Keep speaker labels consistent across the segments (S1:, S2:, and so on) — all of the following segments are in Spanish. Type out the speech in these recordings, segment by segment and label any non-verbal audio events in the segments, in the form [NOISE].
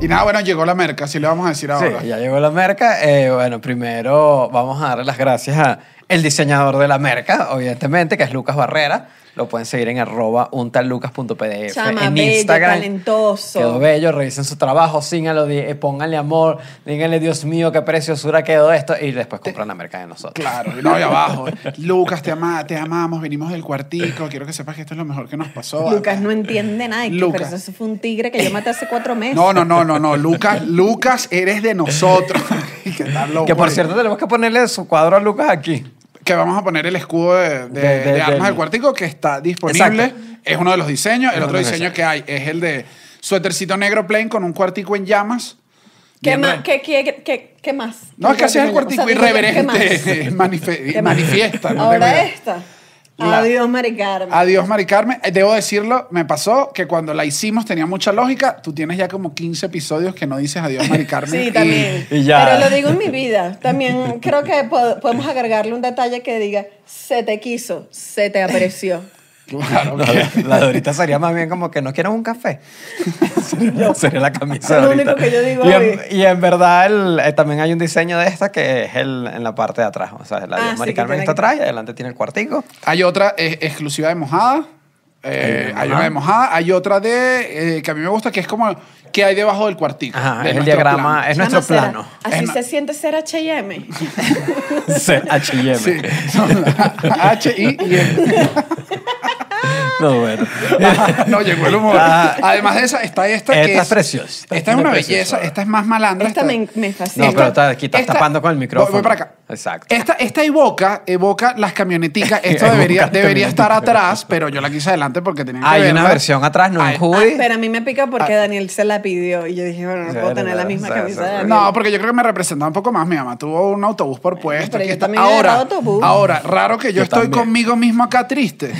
S1: Y nada, bueno, llegó la merca, así le vamos a decir ahora.
S2: Sí, ya llegó la merca. Eh, bueno, primero vamos a darle las gracias a el diseñador de la merca, evidentemente, que es Lucas Barrera. Lo pueden seguir en arroba untallucas.pdf
S3: Chama,
S2: en
S3: bello,
S2: Instagram.
S3: talentoso.
S2: Quedó bello, revisen su trabajo, síganlo, di- eh, pónganle amor, díganle, Dios mío, qué preciosura quedó esto, y después compran la merca de nosotros.
S1: Claro, y no, y abajo. Lucas, te, ama, te amamos, venimos del cuartico. Quiero que sepas que esto es lo mejor que nos pasó.
S3: Lucas no entiende nada. y que,
S1: Lucas.
S3: Pero eso fue un tigre que yo maté hace cuatro meses.
S1: No, no, no, no, no. Lucas, Lucas, eres de nosotros. [LAUGHS] Y que estás loco,
S2: Que por
S1: marico.
S2: cierto, tenemos que ponerle su cuadro a Lucas aquí.
S1: que vamos a poner el escudo de, de-
S2: De- de-
S1: de armas
S2: del-
S1: del cuartico que está disponible.
S2: Exacto.
S1: Es uno de los diseños. El
S2: Es
S1: otro
S2: uno de los
S1: diseño que hay es el de suétercito negro plain con un cuartico en llamas.
S3: ¿Qué,
S1: Bien
S3: más,
S1: re-
S3: qué, qué- qué- qué más?
S1: No, es que así es el
S3: O sea,
S1: cuartico
S3: dime, ¿qué
S1: [LAUGHS]
S3: más?
S1: irreverente. Manife-
S3: ¿Qué más?
S1: manifiesta. no tengo
S3: Ahora
S1: idea.
S3: esta.
S1: La-
S3: Adiós, Mari Carmen.
S1: Adiós, Mari Carmen. Eh, Debo decirlo, me pasó que cuando la hicimos tenía mucha lógica. Tú tienes ya como 15 episodios que no dices adiós, Mari Carmen.
S3: Sí,
S1: Y-
S3: también.
S2: y ya.
S3: Pero lo digo en mi vida. También creo que po- podemos agregarle un detalle que diga, se te quiso, se te apreció. [LAUGHS]
S1: [LAUGHS] Claro,
S2: No,
S1: que-
S2: la de ahorita sería más bien como que no quieren un café. [LAUGHS] sería, sería la camisa de
S3: Lo
S2: ahorita.
S3: único que yo digo
S2: y,
S3: hoy.
S2: en, y en verdad el- eh, también hay un diseño de esta que es el, en la parte de atrás. O sea, la
S3: Ah,
S2: de
S3: sí,
S2: Mari
S3: que
S2: Carmen
S3: tiene
S2: está
S3: que-
S2: atrás y adelante tiene el
S3: [LAUGHS]
S2: cuartico.
S1: Hay otra eh, exclusiva de mojada. Eh,
S2: Ajá.
S1: hay una de mojada. Hay otra de eh, que a mí me gusta, que es como que hay debajo del cuartico.
S2: Ajá,
S1: de
S2: es el
S1: nuestro
S2: diagrama,
S1: plan.
S2: es nuestro
S3: Chama, será-
S2: plano.
S3: Así
S1: Es
S3: se siente ser H&M.
S2: H&M.
S1: Sí, son [LAUGHS] H, I y M. [LAUGHS]
S2: No, bueno.
S1: No, llegó el humor.
S2: Ah.
S1: Además de esa, está esta que
S2: Esta
S1: es
S2: es preciosa.
S1: Esta es una
S2: preciosa.
S1: belleza, esta es más malandra.
S3: Esta me, me
S2: No,
S3: fascina.
S2: pero está- aquí estás
S1: esta-
S2: tapando con el micrófono.
S1: Voy, voy para acá.
S2: Exacto.
S1: Esta, esta evoca, evoca las
S2: [LAUGHS]
S1: camioneticas. Esto
S2: Evoca
S1: debería,
S2: las
S1: debería estar
S2: camioneticas.
S1: atrás, pero yo la quise adelante porque tenía que
S2: [LAUGHS] Hay
S1: verla.
S2: una versión atrás, no
S1: Ay,
S2: en
S3: Ah,
S2: hoodie.
S3: pero a mí me pica
S2: Ah.
S3: porque Daniel se la pidió y yo dije, bueno, no
S2: Sí,
S3: puedo tener la
S2: verdad,
S3: misma
S2: o sea,
S3: camisa
S2: sí,
S3: de Daniel.
S1: No, porque yo creo que me representaba un poco más. Mi mamá tuvo un autobús por puesto.
S3: pero
S1: aquí
S3: yo
S1: está.
S3: también he
S1: Ahora,
S3: agarrado autobús.
S1: ahora, raro que yo,
S2: Yo
S1: estoy
S2: también.
S1: conmigo mismo acá triste.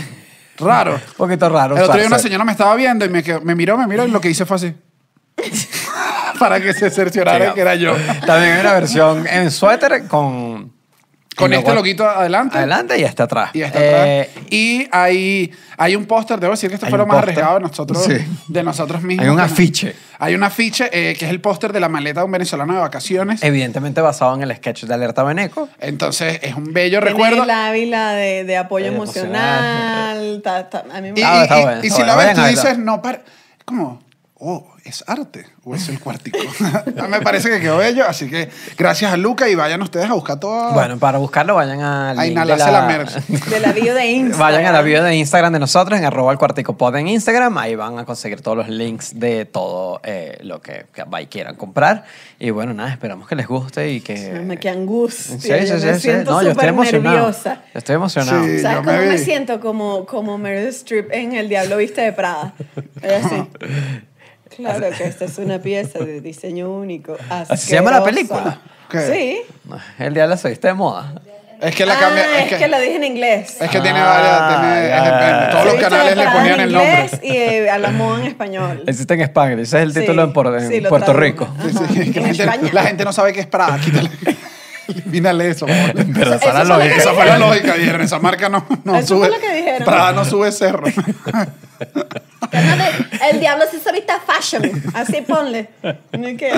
S1: Raro.
S2: Un poquito [LAUGHS] raro.
S1: El otro día una
S2: farsa.
S1: señora me estaba viendo y me, quedó- me miró, me miró y lo que hice fue
S3: [LAUGHS]
S1: así. [LAUGHS] Para que se cerciorara
S2: Llegamos.
S1: que era
S2: [LAUGHS]
S1: yo.
S2: También hay una versión en suéter con...
S1: Con
S2: y
S1: este
S2: luego-
S1: loguito adelante.
S2: Adelante y está atrás.
S1: Y está atrás.
S2: Eh,
S1: Y hay, hay un póster, debo decir que esto
S2: hay
S1: fue lo
S2: un
S1: más
S2: póster.
S1: arriesgado de nosotros,
S2: Sí.
S1: de nosotros mismos.
S2: Hay un
S1: Que no-
S2: afiche.
S1: Hay un afiche eh, que es el póster de la maleta de un venezolano de vacaciones.
S2: Eh, Evidentemente basado en el sketch de Alerta Beneco.
S1: Entonces es un bello
S3: Tiene
S1: recuerdo.
S3: la Ávila de, de apoyo
S2: Eh, emocional.
S3: emocional. ta- ta- a mí me
S1: Y,
S2: Ah,
S1: y-
S2: está
S1: y-
S2: bueno,
S1: y
S2: está
S1: si la
S2: bueno.
S1: ves,
S2: Vayan
S1: tú
S2: a verlo.
S1: dices, no, para. Como, oh, es arte o es el [LAUGHS] cuartico. Me parece que quedó bello, así que gracias a Luca y vayan ustedes a buscar todo.
S2: Bueno, para buscarlo vayan al
S1: Oh. a
S2: link de
S1: inhalarse la, merch.
S3: De la bio de Instagram.
S2: [LAUGHS] Vayan a la bio de Instagram de nosotros en arroba el cuartico pod en Instagram. Ahí van a conseguir todos los links de todo eh, lo que, que vaya- quieran comprar. Y bueno, nada, esperamos que les guste y que...
S3: Chama, Qué
S2: Sí,
S3: angustia.
S2: sí,
S3: yo
S2: sí,
S3: me
S2: sí.
S3: siento
S2: No, yo estoy
S3: súper
S2: emocionado.
S3: nerviosa.
S2: Yo estoy emocionado.
S1: Sí.
S3: ¿Sabes
S1: yo me
S3: cómo me,
S1: vi.
S3: siento? Como, como Meryl Streep en El Diablo Viste de Prada. Ella así.
S2: [LAUGHS]
S3: Claro que esta es una pieza de diseño único.
S2: Así se llama la
S3: asquerosa.
S2: película.
S1: ¿Qué?
S3: Sí.
S2: El día de la sobrevista de moda.
S1: Es que la
S3: Ah,
S1: cambia.
S3: es que, lo dije en inglés.
S1: Es que tiene
S2: Ah,
S1: varias. tiene- es depende. Todos los
S3: Sí,
S1: canales le
S3: Prada
S1: ponían
S3: en
S1: el nombre.
S3: inglés Y eh, a la moda en español.
S2: Existe en España, ese es el
S3: Sí,
S2: título en, Por- en
S3: sí, lo
S2: Puerto
S3: tradujo.
S2: Rico.
S1: Sí, sí,
S3: Ajá,
S1: que la,
S3: en
S1: gente,
S3: España.
S1: la gente no sabe qué es Prada. Quítale.
S3: [LAUGHS]
S1: Elimínale eso. por favor.
S2: [LAUGHS] Pero
S3: Eso-
S2: Sara
S3: eso
S2: lo
S3: fue lo que
S1: Esa fue la lógica, dijeron. Esa marca no, no
S3: Eso
S1: sube.
S3: fue lo que dijeron.
S1: Prada no sube cerro. [LAUGHS]
S3: Cálmate, El diablo se hizo vista fashion. Así ponle. Ni que-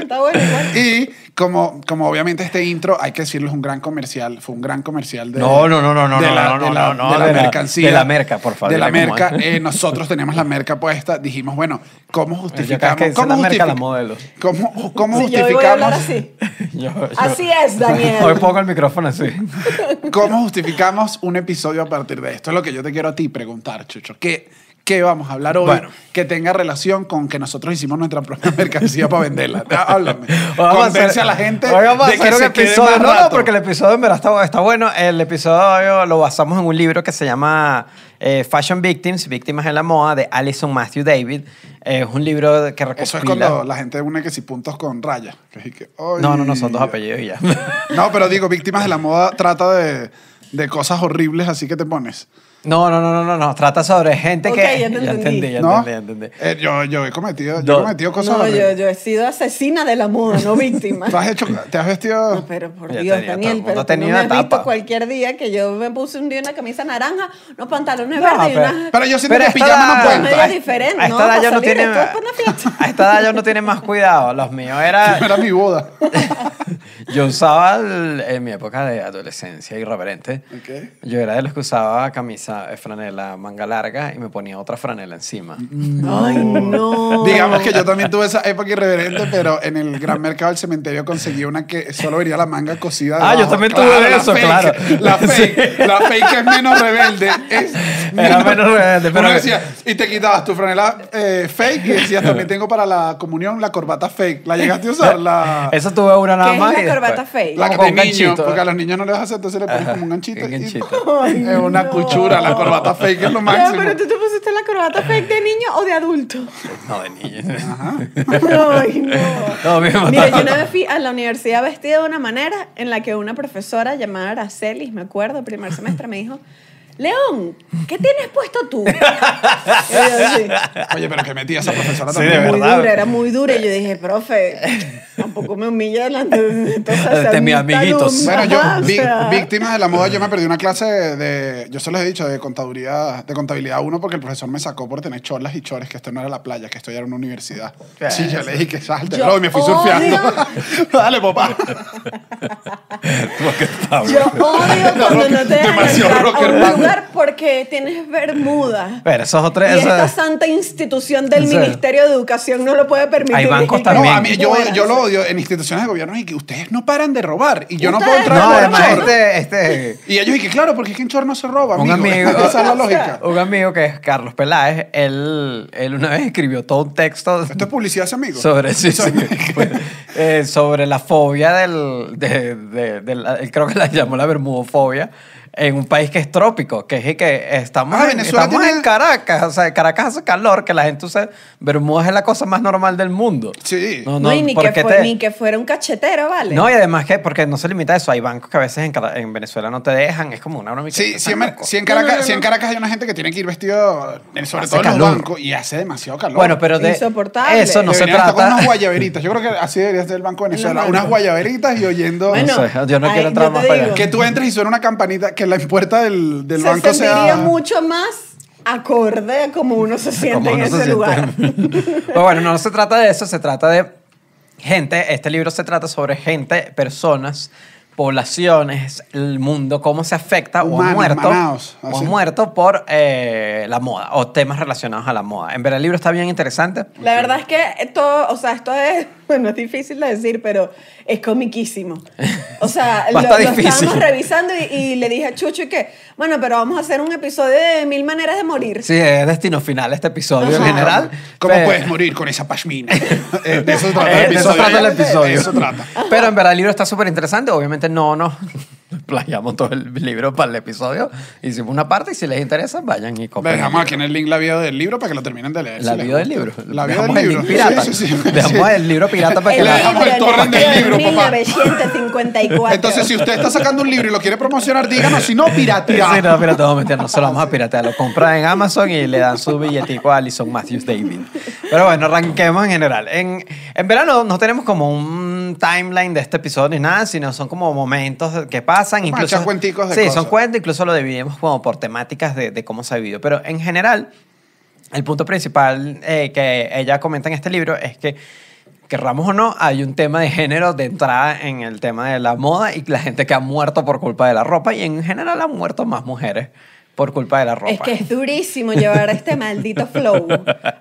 S3: Está bueno igual.
S1: y como, como obviamente este intro, hay que decirlo, es un gran comercial. Fue un gran comercial de.
S2: No, no, no, no, no,
S1: de
S2: no,
S1: la-
S2: no, no,
S1: de la-
S2: no, no,
S1: de la
S2: de la-
S1: mercancía.
S2: de la merca, por favor,
S1: De la
S2: dile cómo
S1: merca.
S2: es.
S1: eh, nosotros teníamos la merca puesta. Dijimos, bueno, ¿cómo justificamos?
S2: que dice
S1: ¿Cómo
S2: la merca,
S1: justific-
S2: la modelo.
S1: ¿Cómo, cómo
S3: Sí, yo hoy voy a hablar
S1: justificamos?
S3: así.
S2: [LAUGHS] Yo- yo-
S3: Así
S2: [LAUGHS]
S3: es, Daniel.
S2: Hoy pongo el
S1: [LAUGHS]
S2: micrófono así.
S1: ¿Cómo justificamos un episodio a partir de esto? Es lo que yo te quiero a ti preguntar, Chucho. ¿Qué, qué vamos a hablar hoy
S2: Bueno.
S1: que tenga relación con que nosotros hicimos nuestra propia [LAUGHS] mercancía para venderla? Ah, Háblame.
S2: [LAUGHS] Vamos a
S1: Convence
S2: hacer-
S1: a, la gente
S2: hoy vamos a
S1: de que
S2: hacer un
S1: se quede
S2: episodio.
S1: más
S2: no, no,
S1: rato.
S2: porque el episodio en verdad está, está bueno. El episodio lo basamos en un libro que se llama eh, Fashion Victims, Víctimas de la Moda, de Alison Matthew David. Eh, es un libro que recopila...
S1: Eso es cuando la gente une que si puntos con rayas. Que es que, "Ay".
S2: No, no, no, son dos
S1: [LAUGHS]
S2: apellidos y ya.
S1: No, pero digo, víctimas de la moda trata de, de cosas horribles así que te pones.
S2: No, no, no, no, no, no. Trata sobre gente
S3: Ok,
S2: que.
S3: ya te entendí.
S2: ya
S1: ¿No?
S2: entendí, ya entendí.
S1: Eh, yo, yo he cometido, yo
S2: No.
S1: he cometido cosas.
S3: No, yo,
S1: horribles.
S3: yo he sido asesina de la moda,
S1: [LAUGHS]
S3: no víctima.
S1: ¿Tú has hecho, te has vestido?
S3: No, pero por
S2: Ya
S3: Dios,
S2: tenía, todo
S3: Daniel,
S2: el mundo
S3: pero tú no
S2: tenía
S3: me has
S2: etapa.
S3: visto cualquier día que yo me puse un día una camisa naranja, unos pantalones
S2: No,
S3: verdes y
S2: pero-
S3: unas...
S1: Pero yo siento
S2: Pero
S1: que
S2: a esta
S1: pijama no
S2: edad-
S1: cuenta.
S3: Medio diferente,
S2: a esta
S3: ¿no?
S2: edad
S3: Para
S2: ya no
S3: salir,
S2: tiene.
S3: esto es para una fiesta.
S2: A esta edad ya no tiene más cuidado. Los míos
S1: [LAUGHS]
S2: era.
S1: Era mi boda.
S2: Yo usaba el- en mi época de adolescencia irreverente.
S1: Ok.
S2: Yo era de los que usaba camisa, eh, franela, manga larga y me ponía otra franela encima.
S1: Mm.
S3: Ay, no.
S1: Digamos que yo también tuve esa época irreverente, pero en el gran mercado del cementerio conseguí una que solo venía la manga cosida.
S2: Ah, yo
S1: debajo.
S2: también tuve de
S1: la
S2: eso,
S1: fake,
S2: claro. [LAUGHS]
S1: La fake, la fake es menos rebelde. es
S2: [LAUGHS] Era menos rebelde, pero-
S1: Uno decía, y te quitabas tu franela eh, fake y decías, también tengo para la comunión la corbata fake. ¿La llegaste a usar? La,
S2: Esa tuve una nada
S3: ¿Qué es
S2: más.
S3: la
S2: y después-
S3: corbata fake?
S1: la
S2: como
S1: que
S2: con
S1: de
S2: Eh, un
S1: niño,
S2: ganchito.
S1: porque a los niños no les hace, entonces le pones como un ganchito.
S2: un
S1: y-
S2: ganchito.
S3: [LAUGHS] Ay,
S1: es una
S3: no.
S1: cuchura, la corbata fake es lo
S3: [LAUGHS] Ya,
S1: máximo.
S3: pero tú te pusiste la corbata fake de niño o
S1: [LAUGHS]
S3: de adulto.
S2: No, de niño.
S3: Ay, no.
S2: No, mi [LAUGHS] mamá.
S3: Mira, yo una vez fui a la universidad vestida de una manera en la que una profesora llamada Aracelis, me acuerdo, primer semestre, me dijo, León, ¿qué tienes puesto
S2: [LAUGHS]
S3: tú? Y yo, sí.
S1: Oye, pero que metía esa profesora
S2: Sí,
S1: también.
S2: de
S3: Muy
S2: verdad.
S3: dura, era muy dura. Y yo dije, profe, tampoco me humilla delante
S2: [LAUGHS]
S3: de todos
S2: De mis amiguitos.
S1: Bueno, yo, vi-
S3: Víctima.
S1: víctimas de la moda, yo me perdí una clase de, de- yo se los he dicho, de contabilidad, de contabilidad 1 porque el profesor me sacó por tener chorlas y chores, que esto no era la playa, que esto ya era una universidad.
S2: Claro.
S1: Sí, yo le dije que salte,
S3: Yo
S1: bro, y me fui
S3: odio-
S1: surfeando. [LAUGHS] Dale, papá.
S2: Porque estaba-
S1: [LAUGHS]
S3: Yo odio cuando no te dejan
S1: Demasiado
S3: entrar a
S1: rocker
S3: un
S1: band.
S3: lugar porque tienes bermuda.
S2: Pero esos otros.
S3: Y esta
S2: Esos...
S3: santa institución del
S2: Sí.
S3: Ministerio de Educación no lo puede permitir.
S2: Hay bancos
S3: Y-
S1: No,
S2: también.
S1: a mí, yo,
S3: Fuera.
S1: yo lo odio en instituciones de gobierno y que ustedes no paran de robar y yo no puedo
S3: Ustedes
S1: entrar
S2: No,
S1: en
S3: Pero
S2: además,
S1: un
S3: bueno,
S1: chor.
S2: este. este...
S1: Y ellos dije, claro, porque es que en chor no se roba,
S2: Un
S1: amigo.
S2: amigo,
S1: [LAUGHS] Esa es la lógica.
S2: un amigo que es Carlos Peláez, él, él una vez escribió todo un texto
S1: Esto es publicidad, ese amigo.
S2: sobre, sí, sí, eh, sobre la fobia del, de, de- de la- él creo que la llamó la bermudofobia, en un país que es trópico, que es que estamos,
S1: Ah,
S2: en,
S1: Venezuela
S2: estamos
S1: tiene-
S2: en Caracas, o sea, Caracas hace calor, que la gente usa bermudas es la cosa más normal del mundo.
S1: Sí.
S3: No, y ni que,
S2: porque
S3: fue-
S2: te-
S3: ni que fuera un cachetero, ¿vale?
S2: no, y además que, porque no se limita a eso, hay bancos que a veces en, Cara- en Venezuela no te dejan, es como una broma.
S1: Sí, si en, Mar- si en
S3: No, no,
S1: Caracas,
S3: no,
S1: si en
S3: no.
S1: Caracas hay una gente que tiene que ir vestido, en- sobre
S2: Hace
S1: todo en los
S2: calor.
S1: bancos, y hace demasiado calor.
S2: Bueno, pero de
S3: Insoportable.
S2: eso no se
S1: Deberían estar con
S2: trata.
S1: unas guayaberitas. Yo creo que así debería ser el Banco de Venezuela.
S3: Unos
S1: Unas
S3: bancos.
S1: guayaberitas y oyendo.
S3: Bueno,
S2: No sé, yo no quiero entrar
S3: te
S2: más para allá.
S3: digo,
S1: que tú entres y suena una campanita, que la puerta del, del
S3: se
S1: banco
S3: sentiría
S1: sea.
S3: mucho más acorde a como uno
S2: [LAUGHS]
S3: se siente
S2: Como
S3: en
S2: uno se [LAUGHS]
S3: ese lugar.
S2: siente. Pero bueno, no se trata de eso, se trata de gente. Este libro se trata sobre gente, personas, poblaciones, el mundo, cómo se afecta o
S1: Humanos,
S2: ha muerto.
S1: manados,
S2: o ha
S1: así.
S2: muerto por eh, la moda o temas relacionados a la moda. En verdad, el libro está bien interesante.
S3: La verdad es que esto, o sea, esto es, [LAUGHS] bueno, es difícil de decir, pero es comiquísimo. O sea, lo,
S2: [LAUGHS] Va a estar
S3: lo
S2: difícil.
S3: estábamos revisando y, y le dije a Chucho y que, bueno, pero vamos a hacer un episodio de mil maneras de morir.
S2: Sí, es destino final este episodio en
S1: Ajá.
S2: general.
S1: ¿Cómo pues?
S2: pero-
S1: puedes morir con esa
S2: [LAUGHS]
S1: pashmina? Eh, de eso trata
S2: Eh,
S1: el
S2: de
S1: episodio.
S2: eso trata el
S1: De
S2: episodio.
S1: eso trata.
S2: Pero en verdad el libro está súper interesante. Obviamente no nos [LAUGHS] playamos todo el libro para el episodio. Hicimos una parte y si les interesa, vayan y
S1: Le
S2: compren.
S1: dejamos aquí en el link la vida del libro para que lo terminen de leer.
S2: La
S1: si les
S2: vida del
S1: gusta.
S2: libro.
S1: La vida
S2: Dejamos
S1: del
S2: el
S1: libro.
S2: link pirata.
S1: Sí, sí, sí.
S2: Dejamos el libro pirata para que
S1: El
S2: la...
S1: libro. el torrent del
S3: de
S1: libro, papá.
S3: 1954.
S1: Entonces, si usted está sacando un libro y lo quiere promocionar, díganos. Si no, piratea.
S2: Sí, no, pirata, no, mentira, no se lo vamos a piratear. Lo compran en Amazon y le dan su billetico a Alison Matthews David. Pero bueno, arranquemos en general. En, en verano no tenemos como un timeline de este episodio ni nada, sino son como momentos que pasan.
S1: Vamos a
S2: Incluso,
S1: echar cuenticos de
S2: Sí, son
S1: cosas.
S2: cuentos, incluso lo dividimos como por temáticas de, de cómo se ha vivido. Pero en general, el punto principal eh, que ella comenta en este libro es que, querramos o no, hay un tema de género de entrada en el tema de la moda y la gente que ha muerto por culpa de la ropa y en general han muerto más mujeres por culpa de la ropa.
S3: es que es durísimo llevar este maldito flow.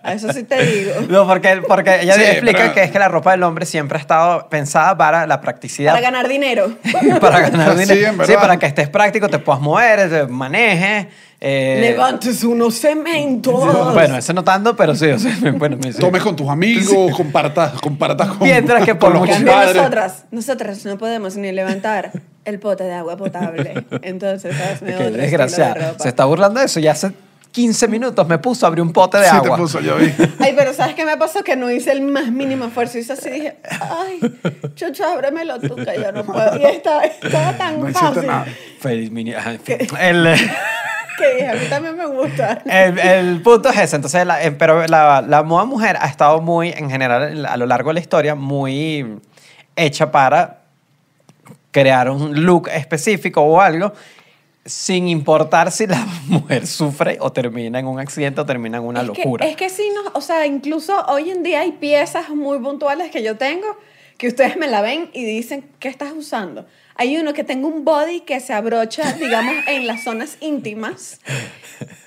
S3: A eso sí te digo.
S2: No, porque, porque ella
S1: Sí,
S2: explica
S1: pero-
S2: que es que la ropa del hombre siempre ha estado pensada para la practicidad.
S3: Para ganar dinero.
S2: [LAUGHS] para ganar
S1: Sí,
S2: dinero.
S1: en
S2: Sí,
S1: verdad.
S2: para que estés práctico, te puedas mover, te manejes. eh,
S3: Levantes unos cementos.
S2: Bueno, eso no tanto, pero sí. o sea, [LAUGHS] bueno, me- sí.
S1: Tomes con tus amigos, compartas, compartas con,
S2: Mientras que por
S1: con los
S2: mucho-
S3: cambio,
S1: compadres.
S3: nosotras, nosotras no podemos ni levantar el pote de agua potable. Entonces, hazme
S2: Qué
S3: otro estilo de
S2: desgraciada.
S3: ropa.
S2: Se está burlando de eso. Ya hace 15 minutos me puso a abrir un pote de
S1: Sí,
S2: agua.
S1: te puso, yo vi.
S3: Ay, pero ¿sabes qué me pasó? Que no hice el más mínimo esfuerzo. Hice así, dije, ay, chucho, ábremelo tú, que yo no puedo. Y estaba, estaba tan
S1: No hiciste
S3: fácil.
S1: nada.
S2: Feliz mini. ajá, en fin. El, eh,
S3: que dije, a mí también me gusta.
S2: El, el punto es ese. Entonces, la- eh, pero la, la moda mujer ha estado muy, en general, a lo largo de la historia, muy hecha para crear un look específico o algo, sin importar si la [LAUGHS] mujer sufre o termina en un accidente o termina en una
S3: Es que-
S2: locura.
S3: es que sí, no, o sea, incluso hoy en día hay piezas muy puntuales que yo tengo que ustedes me la ven y dicen, ¿qué estás usando? Hay uno que tengo un body que se abrocha, digamos,
S1: [LAUGHS]
S3: en las zonas íntimas.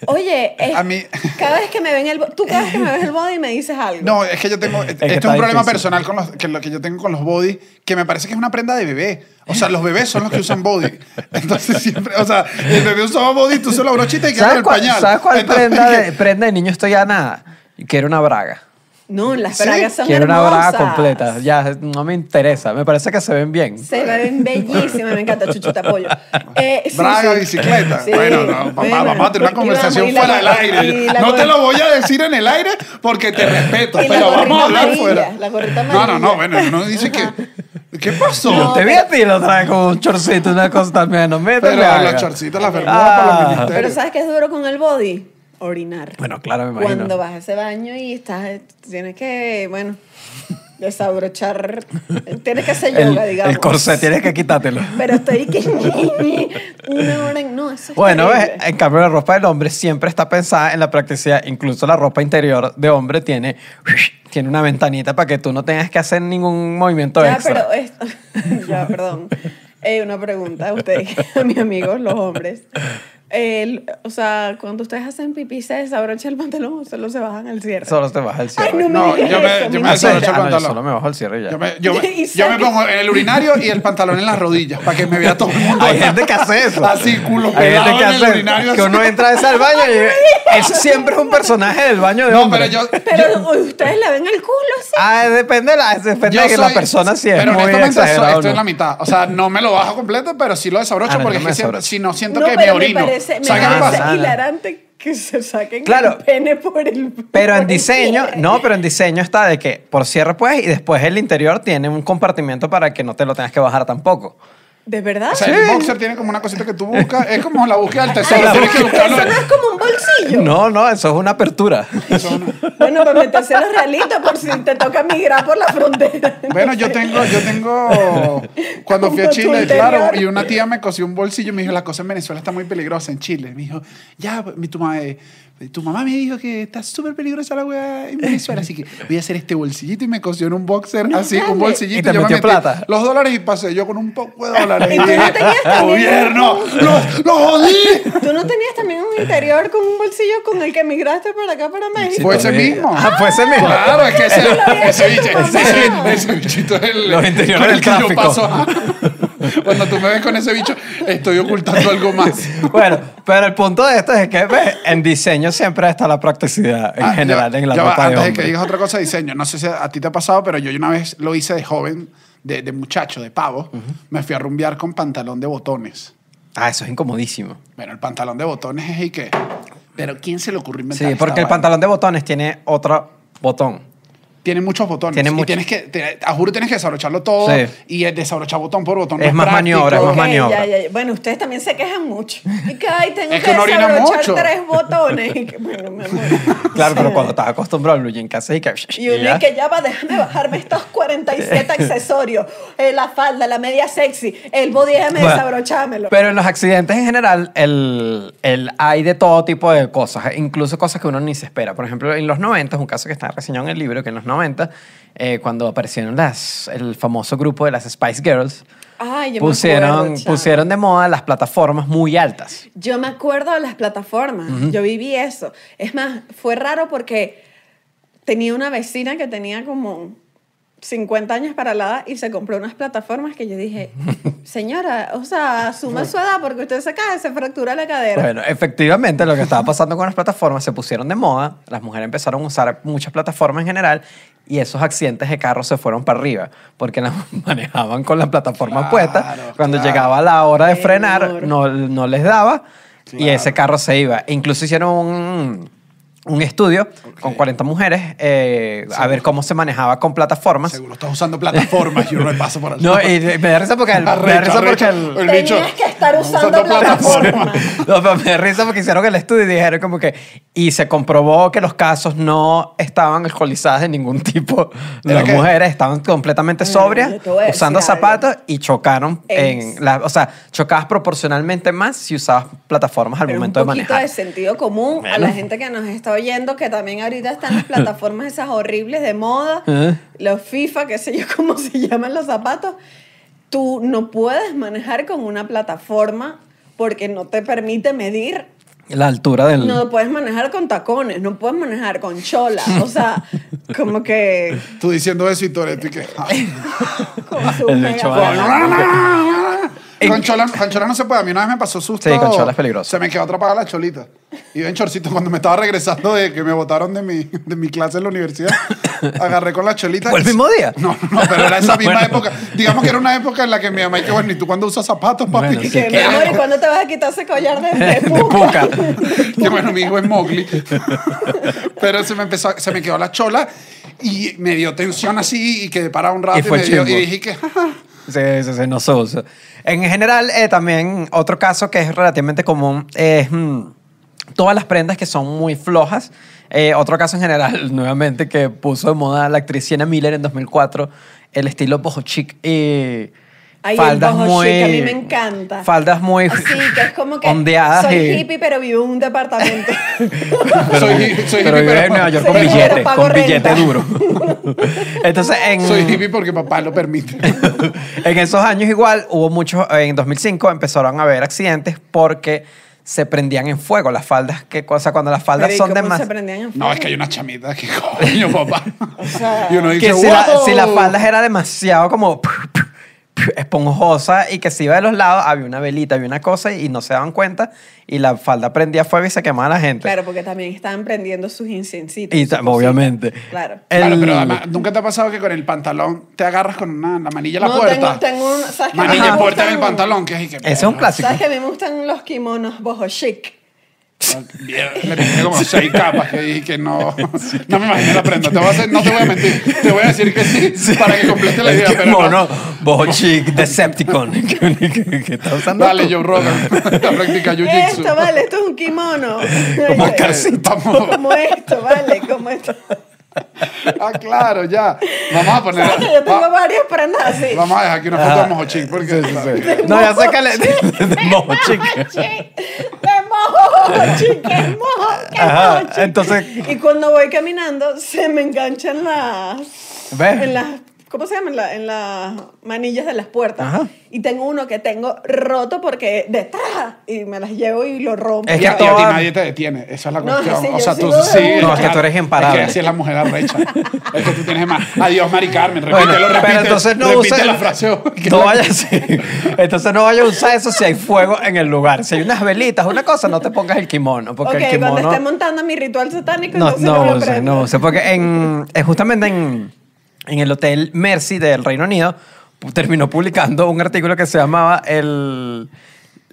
S3: Oye, es-
S1: A mí- [LAUGHS]
S3: cada vez que me ven el bo- tú cada vez que me ves el body me dices algo.
S1: No, es que yo tengo. Este es un
S2: está
S1: problema
S2: difícil.
S1: personal con los, que, lo que yo tengo con los body, que me parece que es una prenda de bebé. O sea, los bebés son los que usan body. Entonces siempre. O sea, el bebé usaba body, tú se lo abrochita y queda
S2: ¿Sabes
S1: el
S2: cuál,
S1: pañal.
S2: sabes cuál
S1: Entonces, [LAUGHS]
S2: prenda,
S1: que-
S2: de, prenda de niño estoy a nada? Quiero una braga.
S3: No, las
S1: Sí,
S3: bragas son
S2: Quiero una
S3: hermosas.
S2: braga completa. Ya, no me interesa. Me parece que se ven bien.
S3: Se ven bellísimas, me encanta Chuchu
S1: [LAUGHS]
S3: te apoyo. Eh, sí,
S1: Braga,
S3: sí.
S1: bicicleta.
S3: Sí.
S1: Bueno, no, papá,
S3: Bueno,
S1: vamos a tener una
S3: porque íbamos,
S1: conversación
S3: y la
S1: fuera del
S3: gor- y
S1: aire.
S3: la
S1: No te
S3: gor-
S1: lo voy a decir en el aire porque te respeto,
S3: [LAUGHS] Y la
S1: pero vamos
S3: gorrita
S1: a hablar
S3: amarilla,
S1: fuera.
S3: la gorrita
S1: No, no, no,
S3: amarilla.
S1: bueno, uno dice que. ¿Qué pasó?
S2: Yo
S3: No,
S2: te vi
S3: pero-
S2: a ti la otra vez con un chorcito, una cosa también. No me
S1: pero
S2: hagas.
S1: los chorcitos, las bermudas para
S2: Ah.
S1: los ministerios.
S3: Pero ¿sabes qué es duro con el body? Orinar.
S2: Bueno, claro, me imagino.
S3: Cuando vas a ese baño y estás, tienes que, bueno, desabrochar, tienes que hacer
S2: El,
S3: yoga, digamos.
S2: el corset tienes que quitártelo.
S3: Pero estoy que una hora en- no, eso es
S2: Bueno, ¿ves?
S3: terrible.
S2: en cambio la ropa del hombre siempre está pensada en la practicidad. Incluso la ropa interior de hombre tiene, [LAUGHS] tiene una ventanita para que tú no tengas que hacer ningún movimiento
S3: Ya,
S2: extra.
S3: pero esto, [LAUGHS] ya, perdón. Eh, una pregunta a ustedes, [LAUGHS] a mis amigos, los hombres. El- o sea, cuando ustedes hacen pipí, ¿se desabrocha el pantalón o solo se bajan el cierre?
S2: Solo te bajas el cierre.
S3: eh, Ay, no me
S1: No,
S3: digas
S1: yo me-
S3: eso,
S1: yo me
S3: mi
S2: Ah,
S3: amor.
S2: sí,
S1: desabrocho el
S2: ah, no, yo
S1: pantalón.
S2: solo me bajo el cierre y ya.
S1: Yo me, yo, me-
S3: [LAUGHS] Y
S1: yo me
S3: saca-
S1: pongo en el urinario y el pantalón en las rodillas para que me vea todo el mundo.
S2: Hay gente que hace eso.
S1: Así, culo
S2: Hay
S1: pelado
S2: gente que
S1: en el
S2: hace
S1: urinario.
S2: que
S1: así.
S2: uno entra a ese al baño
S3: [LAUGHS]
S2: y eso siempre es un personaje del baño de
S1: No, pero
S2: hombre.
S1: yo,
S3: Pero ustedes la ven el culo, sí.
S2: Ah, depende de la, depende
S1: yo
S2: de que la
S1: soy-
S2: persona si es
S1: Pero este
S2: muy
S1: honestamente so-
S2: exagerada o
S1: estoy en
S2: no.
S1: la mitad. O sea, no me lo bajo completo, pero sí lo desabrocho
S2: Ah, no,
S1: porque
S2: yo
S1: es
S2: me
S1: que siento-
S2: desabrocho.
S1: si no siento
S3: no,
S1: que me
S3: pero
S1: orino.
S3: Me parece, me
S1: ¿Sabes qué me
S3: parece
S1: pasa?
S2: Ah, no.
S3: hilarante que se saquen
S2: Claro.
S3: el pene por el.
S2: Pero
S3: por
S2: en
S3: el
S2: diseño,
S3: pie.
S2: no, pero en diseño está de que por cierre pues y después el interior tiene un compartimento para que no te lo tengas que bajar tampoco.
S3: ¿De verdad?
S1: O sea, el boxer tiene como una cosita que tú buscas. Es como la búsqueda del
S3: Ay,
S1: tesoro.
S3: eso,
S1: Tienes que buscarlo.
S3: eso no es como un bolsillo.
S2: No, no, eso es una apertura. [LAUGHS]
S1: Eso no.
S3: Bueno, para meterse los realitos por si te toca migrar por la frontera.
S1: [LAUGHS] Bueno, yo tengo, yo tengo, cuando fui a
S3: Como tu
S1: Chile,
S3: interior.
S1: claro, y una tía me cosió un bolsillo y me dijo, la cosa en Venezuela está muy peligrosa, en Chile. Me dijo, ya, mi, tu, ma- eh, tu mamá me dijo que está súper peligrosa la weá en Venezuela, así que voy a hacer este bolsillito y me cosió en un boxer,
S3: No
S1: así, un
S3: vale.
S1: bolsillito.
S2: ¿Y te
S1: yo me
S2: metió
S1: metí
S2: plata?
S1: Los dólares y pasé yo con un poco de dólares.
S3: [LAUGHS] ¿Y tú no
S1: dije,
S3: tenías también
S1: ¡Gobierno! ¡Los, los jodí!
S3: ¿Tú no tenías también un interior con un bolsillo con el que migraste para acá, para México?
S1: Fue ese mismo.
S2: Ah, fue ese mismo.
S1: Claro, es que ese,
S3: Lo había
S1: ese,
S3: hecho tu
S1: bicho- ese,
S3: mamá.
S1: ese bichito es el,
S2: Los interiores
S1: con el
S2: del
S1: que yo
S2: tráfico.
S1: paso. [LAUGHS] Cuando tú me ves con ese bicho, estoy ocultando algo más.
S2: Bueno, pero el punto de esto es que ves, en diseño siempre está la practicidad en
S1: Ah,
S2: general
S1: ya-
S2: en la
S1: ya va,
S2: ropa de
S1: Antes de que
S2: hombre.
S1: digas otra cosa de diseño, no sé si a ti te ha pasado, pero yo una vez lo hice de joven, de, de muchacho, de pavo. Me fui a rumbear con pantalón de botones.
S2: Ah, eso es incomodísimo.
S1: Bueno, el pantalón de botones es y qué. Pero ¿quién se le ocurrió inventar
S2: Sí,
S1: esta
S2: porque el
S1: vaina?
S2: pantalón de botones tiene otro botón.
S1: Tiene muchos botones.
S2: Tiene
S1: y
S2: mucho-
S1: tienes que, te- a juro, tienes que desabrocharlo todo.
S2: Sí.
S1: Y el desabrochar botón por botón. no
S2: Es más maniobra, es
S1: práctico.
S2: más
S3: Ok,
S2: maniobra.
S3: ya, ya, ya. Bueno, ustedes también se quejan mucho. Y que, ay, tengo
S1: Es
S3: que,
S1: que uno orina
S3: desabrochar
S1: mucho.
S3: tres botones. Y que, bueno, mi amor.
S2: Claro,
S3: O
S2: pero
S3: sea,
S2: cuando estás acostumbrado al blue jean casi que...
S3: Y uno
S2: ya.
S3: y que ya va, déjame bajarme
S2: [LAUGHS]
S3: estos 47 accesorios. eh, la falda, la media sexy, el body, déjame
S2: Bueno,
S3: desabrochármelo.
S2: Pero en los accidentes en general, el, el- hay de todo tipo de cosas, incluso cosas que uno ni se espera. Por ejemplo, en los 90, un caso que está reseñado en el libro, que en los 90, eh, cuando aparecieron las, el famoso grupo de las Spice Girls,
S3: Ay, yo me
S2: pusieron,
S3: acuerdo, chamo.
S2: pusieron de moda las plataformas muy altas.
S3: Yo me acuerdo de las plataformas, yo viví eso. Es más, fue raro porque tenía una vecina que tenía como 50 años para la edad y se compró unas plataformas que
S2: [LAUGHS]
S3: yo dije, señora, o sea, asuma su edad porque usted se cae, se fractura la cadera.
S2: Bueno, efectivamente, lo que estaba pasando con las plataformas se pusieron de moda, las mujeres empezaron a usar muchas plataformas en general y esos accidentes de carro se fueron para arriba porque las [LAUGHS] manejaban con la plataforma
S1: Claro,
S2: puesta. Cuando
S1: claro.
S2: llegaba la hora de
S3: Qué
S2: frenar,
S3: horror.
S2: no, no les daba y
S1: Claro.
S2: ese carro se iba. E Incluso hicieron un, un estudio con 40 mujeres eh, a ver cómo se manejaba con plataformas. [LAUGHS]
S1: Seguro estás usando plataformas y uno le pasa por allá.
S2: No, eh, y me da risa porque el, me
S1: [LAUGHS]
S2: da
S1: Arrecho,
S2: risa porque
S1: arrecho.
S2: el-
S1: El bicho,
S3: Tenías que estar usando,
S1: Usando
S2: [LAUGHS]
S3: plataformas.
S2: No, pero me da risa porque hicieron el estudio y dijeron como que... Y se comprobó que los casos no estaban alcoholizadas de ningún tipo.
S1: ¿Era
S2: Las
S1: qué?
S2: mujeres estaban completamente
S3: Bueno,
S2: sobrias,
S3: Mm, yo te voy a decir
S2: usando
S3: algo.
S2: zapatos y chocaron
S3: Es-
S2: en... La, o sea, chocabas proporcionalmente más si usabas plataformas al
S3: Pero un
S2: momento de
S3: poquito de,
S2: manejar.
S3: sentido común a la
S2: Bueno.
S3: gente que nos está oyendo, que también ahorita
S2: [LAUGHS]
S3: están las plataformas esas horribles de moda,
S2: ¿Eh?
S3: los FIFA, qué sé yo [LAUGHS] cómo se llaman los zapatos. Tú no puedes manejar con una plataforma porque no te permite medir.
S2: La altura [LAUGHS] del...
S3: No puedes manejar con tacones, no puedes manejar con chola.
S2: [LAUGHS]
S3: O sea, como que
S1: Tú diciendo eso y Toretti que... "Ah,
S2: [LAUGHS]
S3: con su
S2: El
S3: mega-
S2: bicho va
S1: Con chola, con chola no se puede. A mí una vez me pasó susto.
S2: Sí, con chola es peligroso.
S1: Se me quedó atrapada la cholita. Y en chorcito, cuando me estaba regresando de que me botaron de mi, de mi clase en la
S2: [LAUGHS]
S1: universidad, agarré con la cholita.
S2: ¿Fue el mismo día?
S1: [LAUGHS] No, no, pero era esa
S2: [LAUGHS] No,
S1: misma
S2: bueno.
S1: época. Digamos que era una época en la que mi mamá dijo, bueno, ¿y tú cuándo usas zapatos, papi? [LAUGHS]
S2: Bueno, sí,
S3: que,
S2: qué
S3: mi amor, ¿y
S2: asco.
S3: cuándo te vas a quitar ese collar de,
S2: [LAUGHS]
S3: de
S2: de
S3: puca?
S2: puca.
S1: [LAUGHS] que bueno, mi hijo es Mowgli. [LAUGHS] Pero se me, empezó, se me quedó la chola y me dio tensión así y quedé parado un rato
S2: Y
S1: y,
S2: fue
S1: me dio-
S2: chimbo.
S1: y dije que... "Ja, ja".
S2: Sí, sí, sí, no se usa. En general, eh, también otro caso que es relativamente común es mm, todas las prendas que son muy flojas. Eh, otro caso en general, [LAUGHS] nuevamente, que puso de moda la actriz Sienna Miller en 2004, el estilo boho chic y
S3: Ay, el
S2: faldas
S3: boho
S2: muy...
S3: chic, a mí me encanta.
S2: Faldas muy...
S3: Así que es como que
S2: Ondeadas
S3: soy
S2: y-
S3: hippie, pero vivo en
S2: [LAUGHS]
S3: un departamento.
S1: [LAUGHS]
S2: Pero,
S1: Soy-
S2: vi-
S1: soy
S2: pero
S1: hippie,
S2: vive
S1: pero-
S2: en Nueva York con
S3: soy hippie, pero
S2: billete,
S3: pago
S2: con
S3: renta.
S2: billete duro.
S3: [LAUGHS]
S2: Entonces, en...
S1: Soy hippie porque papá lo permite.
S2: [LAUGHS] en esos años igual hubo muchos, en 2005 empezaron a haber accidentes porque se prendían en fuego las faldas, que cosa cuando las faldas
S3: Pero, ¿y
S2: son de
S3: cómo
S2: más...
S3: se prendían en
S1: No, es que hay unas chamitas que coño, papá. y uno dice,
S2: Que si, la,
S1: "Wow".
S2: si las faldas era demasiado como [LAUGHS] esponjosa y que se iba de los lados, había una velita, había una cosa y no se daban cuenta y la falda prendía fuego y se quemaba la gente.
S3: Claro, porque también estaban prendiendo sus incensitos.
S2: y
S3: sus
S2: ta- obviamente.
S3: cositas. Claro.
S2: El-
S1: Claro, pero además, ¿nunca te ha pasado que con el pantalón te agarras con una, la manilla a la
S3: No,
S1: puerta?
S3: tengo- tengo un- ¿sabes qué?
S1: manilla
S2: Ajá.
S1: puerta en el
S3: Tengo-
S1: pantalón, que es que...
S2: Ese es un clásico.
S3: ¿Sabes que a mí me gustan los kimonos boho chic?
S1: Bien, Le puse como seis capas que dije que
S2: [LAUGHS]
S1: no... No me imagino la prenda. Te voy a hacer- no te voy a mentir. Te voy a decir que sí,
S2: [LAUGHS] Sí.
S1: para que complete la
S2: El
S1: idea, pero
S2: kimono,
S1: no.
S2: boho chic, Decepticon. [LAUGHS] que, que- que está usando
S1: Dale,
S2: tú.
S1: Joe
S2: [LAUGHS]
S1: Rogan. La práctica
S3: ¿Qué
S1: jiu-jitsu.
S3: es
S1: Eh,
S3: esto, vale? Esto es
S1: [LAUGHS]
S3: un kimono.
S2: Como
S3: Ay,
S2: Oscar Sid.
S1: Vamos.
S3: Como esto, vale,
S1: [LAUGHS]
S3: como esto.
S1: Ah, claro, ya. Vamos a poner...
S3: [LAUGHS] Yo tengo
S1: va-
S3: varias prendas así. [LAUGHS]
S1: Vamos a dejar aquí una
S2: Ah.
S1: foto de Mojochín, porque...
S2: No, ya sé que le. [LAUGHS] Boho chic.
S3: ¡Qué mojo, chica! ¡Qué mojo! ¡Qué
S2: Ajá,
S3: mojo, chic!
S2: entonces-
S3: Y cuando voy caminando, se me enganchan las.
S2: ¿Ves?
S3: En las. ¿Cómo se llama? En, la- en las manillas de las puertas.
S2: Ajá.
S3: Y tengo uno que tengo roto porque detrás. Y me las llevo y lo rompo.
S2: Es
S1: Y
S2: que
S1: a, y a ti
S2: toda-
S1: nadie te detiene, esa es la
S3: No,
S1: cuestión.
S3: sí,
S1: o
S3: yo
S1: sea,
S3: sí
S1: tú
S3: lo
S1: sí.
S3: veo.
S2: No, es que tú eres imparable.
S1: Es que así es la mujer arrecha. es que tú tienes más. Adiós, Mari Carmen. Repítelo,
S2: Bueno,
S1: repite,
S2: pero entonces no
S1: repite
S2: usa-
S1: la frase. [LAUGHS] que
S2: No
S1: la-
S2: vayas, sí. Entonces no vayas a usar eso si hay fuego en el lugar. Si hay unas velitas, una cosa, no te pongas el kimono. Porque
S3: ok,
S2: el
S3: cuando esté
S2: kimono.
S3: montando mi ritual satánico,
S2: No,
S3: entonces no,
S2: no,
S3: lo
S2: uses,
S3: prendo.
S2: no uses, Porque en, eh, justamente en, en el Hotel Mercy del Reino Unido pu- terminó publicando un artículo que se llamaba el.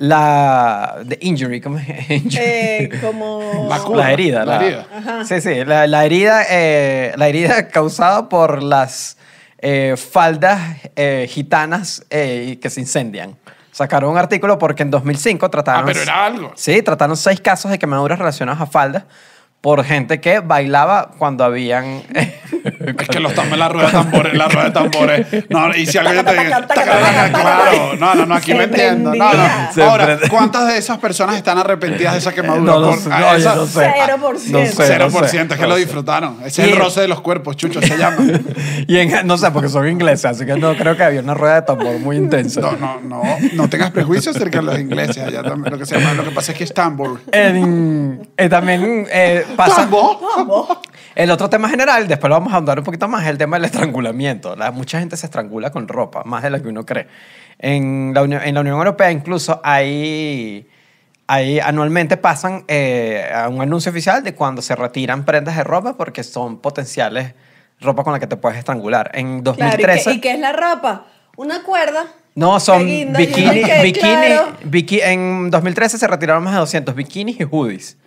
S2: La. The Injury. ¿Cómo es? [LAUGHS] Injury.
S3: Eh, como.
S1: La cu-
S2: La herida.
S1: La
S2: La,
S1: herida.
S3: Ajá.
S2: Sí, sí. La, la herida, eh, la herida causada por las eh, faldas eh, gitanas eh, que se incendian. Sacaron un artículo porque en 2005 trataron...
S1: Ah, pero era algo.
S2: Sí, trataron seis casos de quemaduras relacionadas a faldas por gente que bailaba cuando habían... [LAUGHS]
S1: Es que los tambores, la rueda de tambores, la rueda de tambores. No, y si alguien te
S3: Taca,
S1: dice,
S3: taca, taca, taca, taca,
S1: claro, no, no, no, aquí
S3: Se
S1: me entiendo. No,
S3: prendía.
S1: no.
S2: Se
S1: Ahora,
S2: prende.
S1: ¿cuántas de esas personas están arrepentidas de esa quemadura?
S2: No lo
S1: Por-
S2: sé,
S1: a
S2: oye,
S1: esa-
S2: no sé.
S3: Cero por ciento.
S2: No sé.
S1: Cero por ciento, es que
S2: no
S1: lo
S2: sé.
S1: disfrutaron. Ese es el
S2: Y-
S1: roce de los cuerpos, chucho, se llama.
S2: Y en- no sé, porque son ingleses, así que no creo que había una rueda de tambor muy intensa.
S1: No, no, no, no tengas prejuicios acerca de los ingleses. Allá también, lo, que se llama, lo que pasa es que es tambor.
S2: En- eh, también eh, pasa...
S1: ¿Tambor?
S2: [LAUGHS]
S3: Vamos.
S2: El otro tema general, después lo vamos a ahondar un poquito más, es el tema del estrangulamiento. La- mucha gente se estrangula con ropa, más de la que uno cree. En la, Unión- en la Unión Europea incluso hay, hay- anualmente pasan eh, a un anuncio oficial de cuando se retiran prendas de ropa porque son potenciales ropa con la que te puedes estrangular. En
S3: Claro, ¿y
S2: 2013...
S3: qué, ¿y qué es la ropa? Una cuerda.
S2: No, son
S3: que guinda, yo
S2: bikini,
S3: dije,
S2: bikini,
S3: claro.
S2: biki- en 2013 se retiraron más de 200 bikinis y hoodies.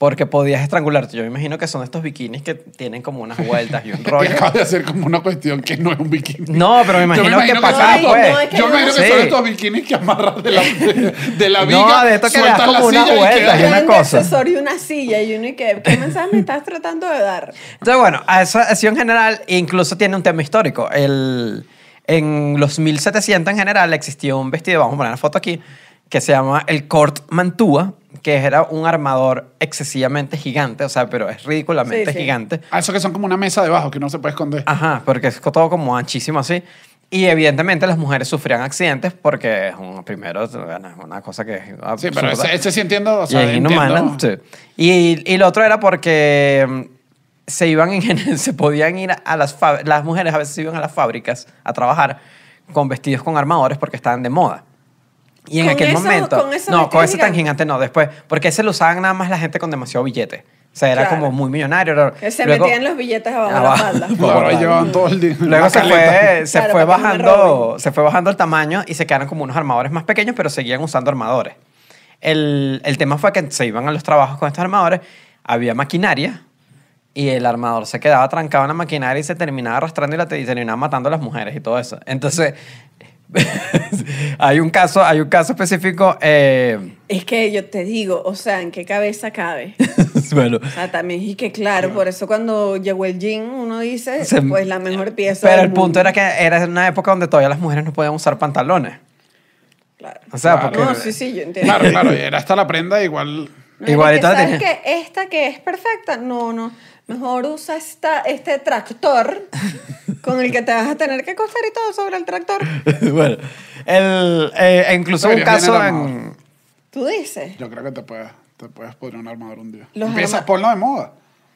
S2: Porque podías estrangularte. Yo me imagino que son estos bikinis que tienen como unas
S1: [LAUGHS]
S2: vueltas y un
S1: Y
S2: rollo.
S1: acabas de hacer como una cuestión que no es un bikini.
S2: No, pero me imagino,
S1: Yo me imagino
S2: que
S1: que
S2: pasaba,
S3: son-
S2: pues.
S3: No, es que
S1: Yo me imagino que son
S2: Sí.
S1: estos bikinis que amarras de la, de la
S2: No,
S1: viga,
S2: de esto que le das
S1: sueltas la
S2: como una
S1: silla y
S2: vuelta,
S1: quedas-
S2: Hay una
S3: Traen de
S2: cosa.
S3: accesorio una silla y uno y que, ¿qué mensaje me estás tratando de dar?
S2: Entonces, bueno, a eso, así en general, incluso tiene un tema histórico. El, en los 1700 en general existió un vestido, vamos a poner la foto aquí, que se llama el Cort Mantua, que era un armador excesivamente gigante, o sea, pero es ridículamente
S3: Sí, sí.
S2: gigante.
S1: Ah, eso que son como una mesa debajo que no se puede esconder.
S2: Ajá, porque es todo como anchísimo así. Y evidentemente las mujeres sufrían accidentes porque, bueno, primero, es una cosa que es
S1: sí, pero
S2: absurda.
S1: ese, ese sí entiendo. O sea,
S2: y es
S1: entiendo.
S2: inhumana. sí. Y, y lo otro era porque mm, se iban en general- [LAUGHS] se podían ir a las fáb- las mujeres a veces iban a las fábricas a trabajar con vestidos con armadores porque estaban de moda. Y en
S3: ¿Con
S2: aquel
S3: esos-
S2: momento,
S3: con esos
S2: no, con
S3: vestidos
S2: ese tan gigante
S3: gigantes?
S2: no, después, porque ese lo usaban nada más la gente con demasiado billete. O sea, era
S3: Claro.
S2: como muy millonario. era-
S3: Que se
S2: luego-
S3: metían los billetes abajo de
S2: [LAUGHS]
S3: la
S2: Abajo.
S3: falda.
S2: Por
S1: Claro, ahí
S2: favor.
S1: llevaban todo el día.
S2: Luego se fue, se fue
S3: Claro, para que no me
S2: bajando,
S3: roben.
S2: se fue bajando el tamaño y se quedaron como unos armadores más pequeños, pero seguían usando armadores. El, el tema fue que se iban a los trabajos con estos armadores, había maquinaria y el armador se quedaba trancado en la maquinaria y se terminaba arrastrando y, la, y terminaba matando a las mujeres y todo eso. Entonces, [LAUGHS] hay un caso, hay un caso específico, eh, [LAUGHS]
S3: Es que yo te digo, o sea, ¿en qué cabeza cabe?
S2: bueno,
S3: O sea, también y que claro, por eso cuando llegó el jean uno dice,
S2: Se-
S3: pues la mejor pieza
S2: pero
S3: del
S2: el punto
S3: mundo.
S2: era que era una época donde todavía las mujeres no podían usar pantalones.
S3: Claro.
S2: O sea,
S1: Claro.
S2: porque...
S3: No, sí, sí, yo entiendo.
S1: Claro, claro, y era hasta la prenda igual.
S3: No,
S2: Igualito
S3: porque
S2: la
S3: ¿sabes
S2: tenía.
S3: que esta que es perfecta, no, no, mejor usa esta,
S2: [LAUGHS]
S3: este tractor con el que te vas a tener que acostar y todo sobre el tractor.
S2: [LAUGHS] bueno, el, eh, e incluso un
S1: Deberías
S2: caso
S1: tener
S2: en...
S1: armador.
S3: Tú dices.
S1: Yo creo que te puedes, te puedes poner un armador un día.
S3: Los
S1: Empieza,
S3: arma-
S1: ponlo de moda.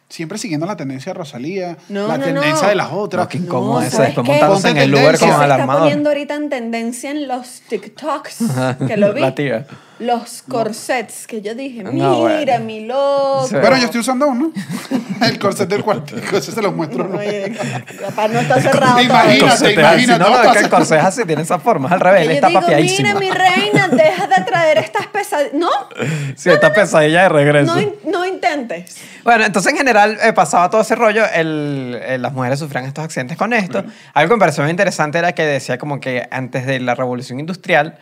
S1: Siempre siguiendo la tendencia de Rosalía,
S3: No,
S1: la
S3: no,
S1: tendencia
S3: no.
S1: de las otras.
S2: No, qué incómodo
S3: No,
S2: eso,
S3: ¿sabes
S2: después
S3: qué?
S2: montándose en
S1: Ponte
S2: el Uber
S1: tendencia.
S2: con
S1: como
S3: Eso
S2: el
S3: se está poniendo
S2: armador.
S3: ahorita en tendencia en los TikToks
S2: Ajá,
S3: [LAUGHS]
S2: [LAUGHS]
S3: que lo vi.
S2: la tía.
S3: Los corsets que yo dije, mira,
S2: No, bueno.
S3: mi loco.
S2: Sí.
S1: Bueno, yo estoy usando uno. [LAUGHS] El corset del cuartico, ese se los muestro. ¿no?
S3: Oye, capaz no está cerrado.
S1: Imagínate,
S3: todavía.
S1: imagínate,
S2: Corset es así. No, no,
S1: todo
S2: es que el
S1: está-
S2: corsé es así, tiene esa forma, es al revés,
S3: Que
S2: está
S3: yo digo,
S2: papiadísimo.
S3: mira, mi reina, deja de traer estas pesadillas. No,
S2: [LAUGHS] Sí, está pesadilla de regreso.
S3: no, in- no intentes.
S2: Bueno, entonces en general eh, pasaba todo ese rollo, el- eh, las mujeres sufrían estos accidentes con esto. Algo que me pareció muy interesante era que decía como que antes de la revolución industrial,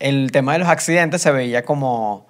S2: el tema de los accidentes se veía como,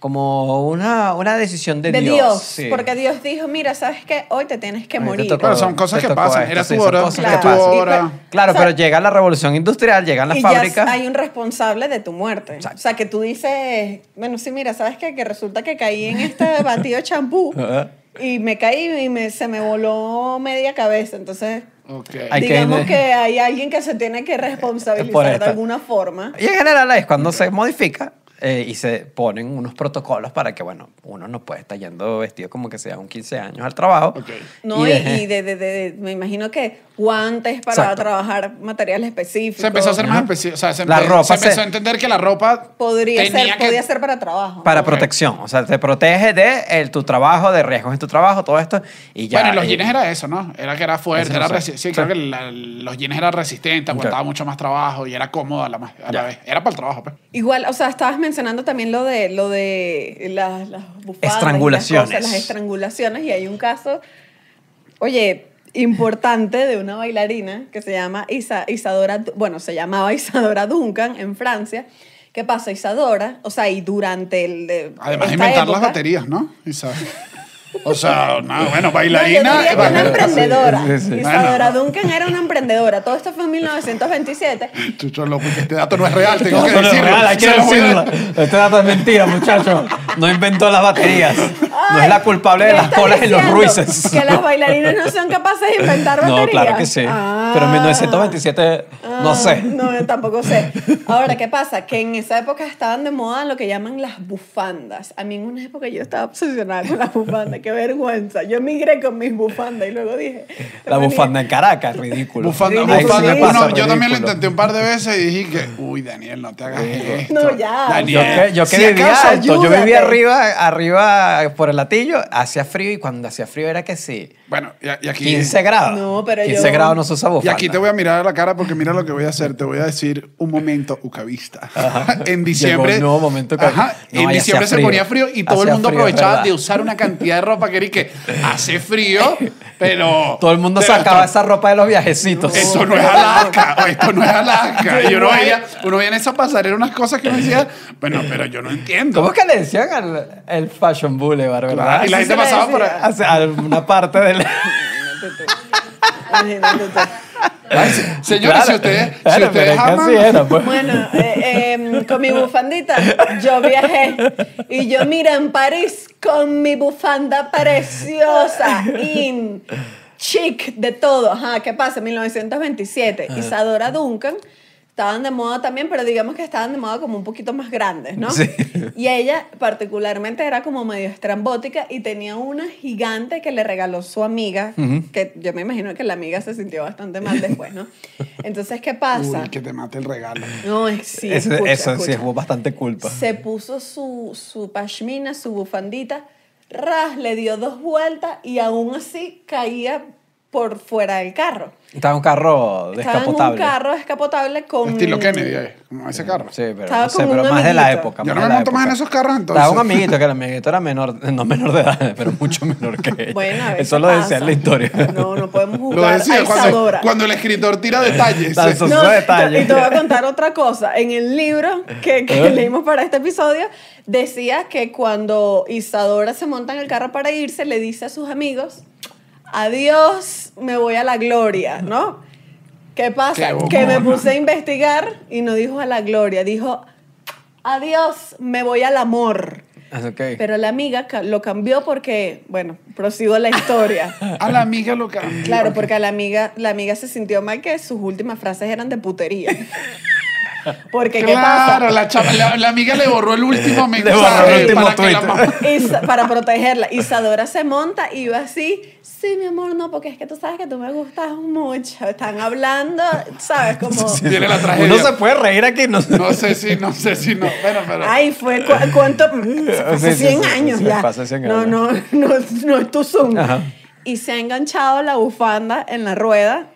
S2: como una, una decisión de,
S3: De, Dios.
S2: sí.
S3: Porque Dios dijo, mira, ¿sabes qué? Hoy te tienes que
S2: Hoy te
S3: morir.
S2: tocó
S1: Claro, son cosas
S2: Te
S1: que
S2: tocó
S1: pasan.
S2: esto,
S1: Era
S2: sí,
S1: tu
S2: son
S1: hora.
S2: cosas
S1: era
S3: que
S1: tu
S3: pasan.
S1: hora.
S3: Y
S2: Claro,
S3: O sea,
S2: pero llega la revolución industrial, llegan las
S3: y
S2: fábricas.
S3: ya hay un responsable de tu muerte.
S2: Exacto.
S3: O sea, que tú dices, bueno, sí, mira, ¿sabes qué? Que resulta que caí
S2: [LAUGHS]
S3: en este batido de champú
S2: Ajá.
S3: y me caí y me, se me voló media cabeza. Entonces,
S1: Ok.
S2: Hay que-
S3: digamos que, hay alguien que se tiene que
S2: Por
S3: responsabilizar de
S2: esta.
S3: alguna forma.
S2: Y en general es cuando se modifica eh, y se ponen unos protocolos para que, bueno, uno no puede estar yendo vestido como que sea un 15 años al trabajo. eh,
S1: Ok.
S3: No, y,
S2: deje-
S3: y de, de- de- de- me imagino que guantes para
S2: Exacto.
S3: trabajar materiales específicos.
S1: Se empezó a hacer más
S2: Ajá.
S1: específico. O sea, se,
S2: La
S1: empe-
S2: ropa
S1: se
S2: se-
S1: empezó a entender que la ropa
S3: Podría
S1: tenía
S3: ser,
S1: que-
S3: podía ser para trabajo.
S2: Para
S1: Ok.
S2: protección, o sea, te protege de el- tu trabajo, de riesgos en tu trabajo, todo esto. Y ya, eh,
S1: bueno, y los
S2: y-
S1: jeans era eso, ¿no? Era que era fuerte,
S2: Eso no
S1: era
S2: sé.
S1: resi- sí,
S2: Sí.
S1: creo que la- los jeans eran resistentes, aguantaba mucho más trabajo y era cómodo a la, ma- a la
S2: Ya.
S1: vez. Era para el trabajo, pues.
S3: Igual, o sea, estabas mencionando también lo de lo de las, las bufandas y las
S2: Estrangulaciones.
S3: cosas, Las, estrangulaciones y hay un caso, oye, importante de una bailarina que se llama Isa- Isadora, Du- bueno, se llamaba Isadora Duncan en Francia. ¿Qué pasa, Isadora? O sea, y durante el de-
S1: Además de
S3: esta
S1: inventar las
S3: época-
S1: baterías, ¿no? Y sabes. O sea, no, bueno,
S3: No, yo
S1: bailarina.
S3: diría que una
S2: bailarina,
S3: emprendedora.
S2: sí, sí, sí.
S3: Isadora Duncan era una emprendedora. Todo esto fue en 1927.
S1: [LAUGHS] Chucho, loco, este dato no es real, tengo que
S2: Esto no es
S1: decirlo.
S2: real, hay que
S1: Se lo voy a-
S2: decirlo. Este dato es mentira, muchachos. No inventó las baterías. No es
S3: Ay,
S2: la culpable de
S3: ¿qué
S2: las
S3: estás
S2: colas en los
S3: diciendo?
S2: ruices.
S3: Que las bailarinas no son capaces de inventar baterías.
S2: [LAUGHS] No, claro que sí.
S3: Ah.
S2: Pero en 1927, no
S3: Ah,
S2: sé.
S3: No, yo tampoco sé. Ahora, ¿qué pasa? Que en esa época estaban de moda lo que llaman las bufandas. A mí en una época yo estaba obsesionada con las bufandas. Qué vergüenza. Yo migré con mis bufandas y luego dije...
S2: La bufanda en Caracas, ridículo.
S1: Bufanda,
S2: Ahí sí
S1: bufanda.
S2: me
S1: Uno-
S2: pasó,
S1: yo también lo
S2: ridículo.
S1: intenté un par de veces y dije que, uy, Daniel, no te hagas esto.
S3: No, ya.
S2: Yo que, yo que
S1: Si
S2: vivía
S1: acaso,
S2: alto, yo vivía
S3: ayúdate.
S2: arriba, arriba por por el latillo, hacía frío y cuando hacía frío era que sí.
S1: Bueno, y, a- y aquí.
S2: 15 grados.
S3: No, pero
S2: 15
S3: yo-
S2: grados no se usa
S1: Y
S2: bufanda.
S1: aquí te voy a mirar a la cara porque mira lo que voy a hacer. Te voy a decir un momento ucavista. [LAUGHS] en diciembre.
S2: Llegó un nuevo momento ucavista.
S1: Ajá,
S2: No,
S1: en
S2: y
S1: diciembre
S2: hacía
S1: se ponía
S2: frío.
S1: frío y todo el
S2: Hacía
S1: mundo
S2: frío,
S1: aprovechaba
S2: ¿verdad?
S1: de usar una cantidad de ropa que era y que hace frío,
S2: [LAUGHS]
S1: pero.
S2: Todo el mundo
S1: pero
S2: sacaba
S1: esto-
S2: esa ropa de los viajecitos.
S1: Eso no es Alaska, o esto no es Alaska. Y uno veía, uno veía en esa pasarela unas cosas que uno decía, bueno, pero yo no entiendo.
S2: ¿Cómo es que le decían al el Fashion Boulevard, verdad?
S1: Claro, y la gente
S2: Así se le
S1: pasaba
S2: decía.
S1: por
S3: ahí.
S2: O sea, a una parte del.
S3: Imagínate tú.
S1: Ay, se- Señores,
S2: Claro.
S1: si ustedes, si
S2: Claro, pero
S1: ustedes
S2: es que
S1: aman,
S2: así era, pues.
S3: Bueno, eh, em, con mi bufandita yo viajé y yo mira en París con mi bufanda preciosa, in chic de todo. Ajá, ¿qué pasa? 1927. Isadora Duncan. Estaban de moda también, pero digamos que estaban de moda como un poquito más grandes, ¿no?
S2: Sí.
S3: Y ella particularmente era como medio estrambótica y tenía una gigante que le regaló su amiga, que yo me imagino que la amiga se sintió bastante mal después, ¿no? Entonces, ¿qué pasa?
S1: uy, que te mate el regalo.
S3: No, es, sí,
S2: Ese-
S3: escucha,
S2: eso sí
S3: escucha.
S2: es bastante culpa.
S3: Se puso su, su pashmina, su bufandita, ras, le dio dos vueltas y aún así caía por fuera del carro.
S2: Estaba en un carro
S3: Estaba en un
S2: descapotable.
S3: carro descapotable con...
S1: Estilo Kennedy, eh, como ese carro.
S2: Sí, pero
S3: Estaba
S2: no sé,
S3: como un
S2: pero más de la
S3: amiguito.
S2: época.
S1: Yo no
S2: de
S1: me
S2: la
S1: monto más
S2: época.
S1: en esos carros, entonces.
S2: Estaba un amiguito que el amiguito era menor, no menor de edad, pero mucho menor que ella.
S3: [LAUGHS] Bueno, a ver
S2: Eso
S3: qué
S2: lo decía
S3: pasa.
S2: en la historia.
S3: No, no podemos
S1: Lo
S3: jugar a
S1: decía cuando,
S3: Isadora.
S1: cuando el escritor tira detalles. eh.
S2: Tan
S1: Sí.
S2: sos- Esos detalles.
S3: Y te voy a contar otra cosa. En el libro que, que leímos para este episodio, decía que cuando Isadora se monta en el carro para irse, le dice a sus amigos, adiós, me voy a la gloria, ¿no? ¿Qué pasa?
S1: Qué
S3: que me
S1: bocona.
S3: puse a investigar y no dijo a la gloria, dijo, adiós, me voy al amor.
S2: [LAUGHS] Es okay.
S3: Pero la amiga ca- lo cambió porque, bueno, prosigo la historia.
S2: [LAUGHS]
S1: A la amiga lo cambió.
S3: Claro, porque a la amiga, la amiga se sintió mal que sus últimas frases eran de putería. Porque, ¿qué
S1: Claro,
S3: pasa?
S1: la, chava- la, la amiga le borró el último mensaje.
S2: borró el último
S1: para que la
S2: tweet.
S1: mamá-
S3: Isa- para protegerla, Isadora se monta y va así, sí, mi amor, no, porque es que tú sabes que tú me gustas mucho. Están hablando, ¿sabes? Como...
S1: Tiene la tragedia.
S2: Uno se puede reír aquí. No sé.
S1: No sé si, no sé si no. Bueno, pero.
S3: Ay, fue cu- cuánto. Mm, Hace
S2: Sí, sí,
S3: 100
S2: sí, sí,
S3: años
S2: sí,
S3: ya.
S2: pasó 100
S3: No,
S2: años.
S3: no, no, no es tu Zoom.
S2: Ajá.
S3: Y se ha enganchado la bufanda en la rueda.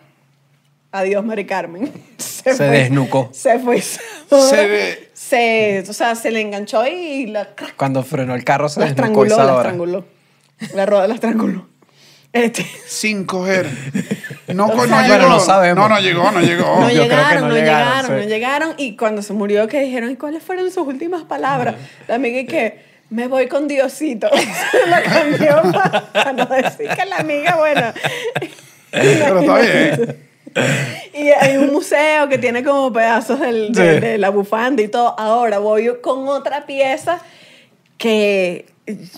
S3: Adiós, Mari Carmen. [LAUGHS]
S2: Se desnucó.
S3: Se fue.
S1: Se ve-
S3: se- o sea, se le enganchó y la,
S2: Cuando frenó el carro se
S3: la
S2: desnucó
S3: estranguló, la
S2: Isadora.
S3: estranguló. La rueda la estranguló. Este,
S1: Sin
S3: [LAUGHS]
S1: coger. No,
S3: O
S1: co-
S3: sea,
S1: no
S3: Bueno,
S1: llegó.
S2: no sabemos.
S1: No, no llegó, no llegó.
S3: no,
S2: yo creo que
S3: llegaron,
S2: no
S3: no llegaron,
S2: llegaron,
S3: no
S2: sí.
S3: llegaron. Y cuando se murió, que dijeron, ¿y cuáles fueron sus últimas palabras? La amiga y que, me voy con Diosito. [LAUGHS] la cambió para, no decir que la amiga, bueno.
S1: Pero está bien.
S3: Y hay un museo que tiene como pedazos del- de,
S2: Sí.
S3: de la bufanda y todo. Ahora voy con otra pieza que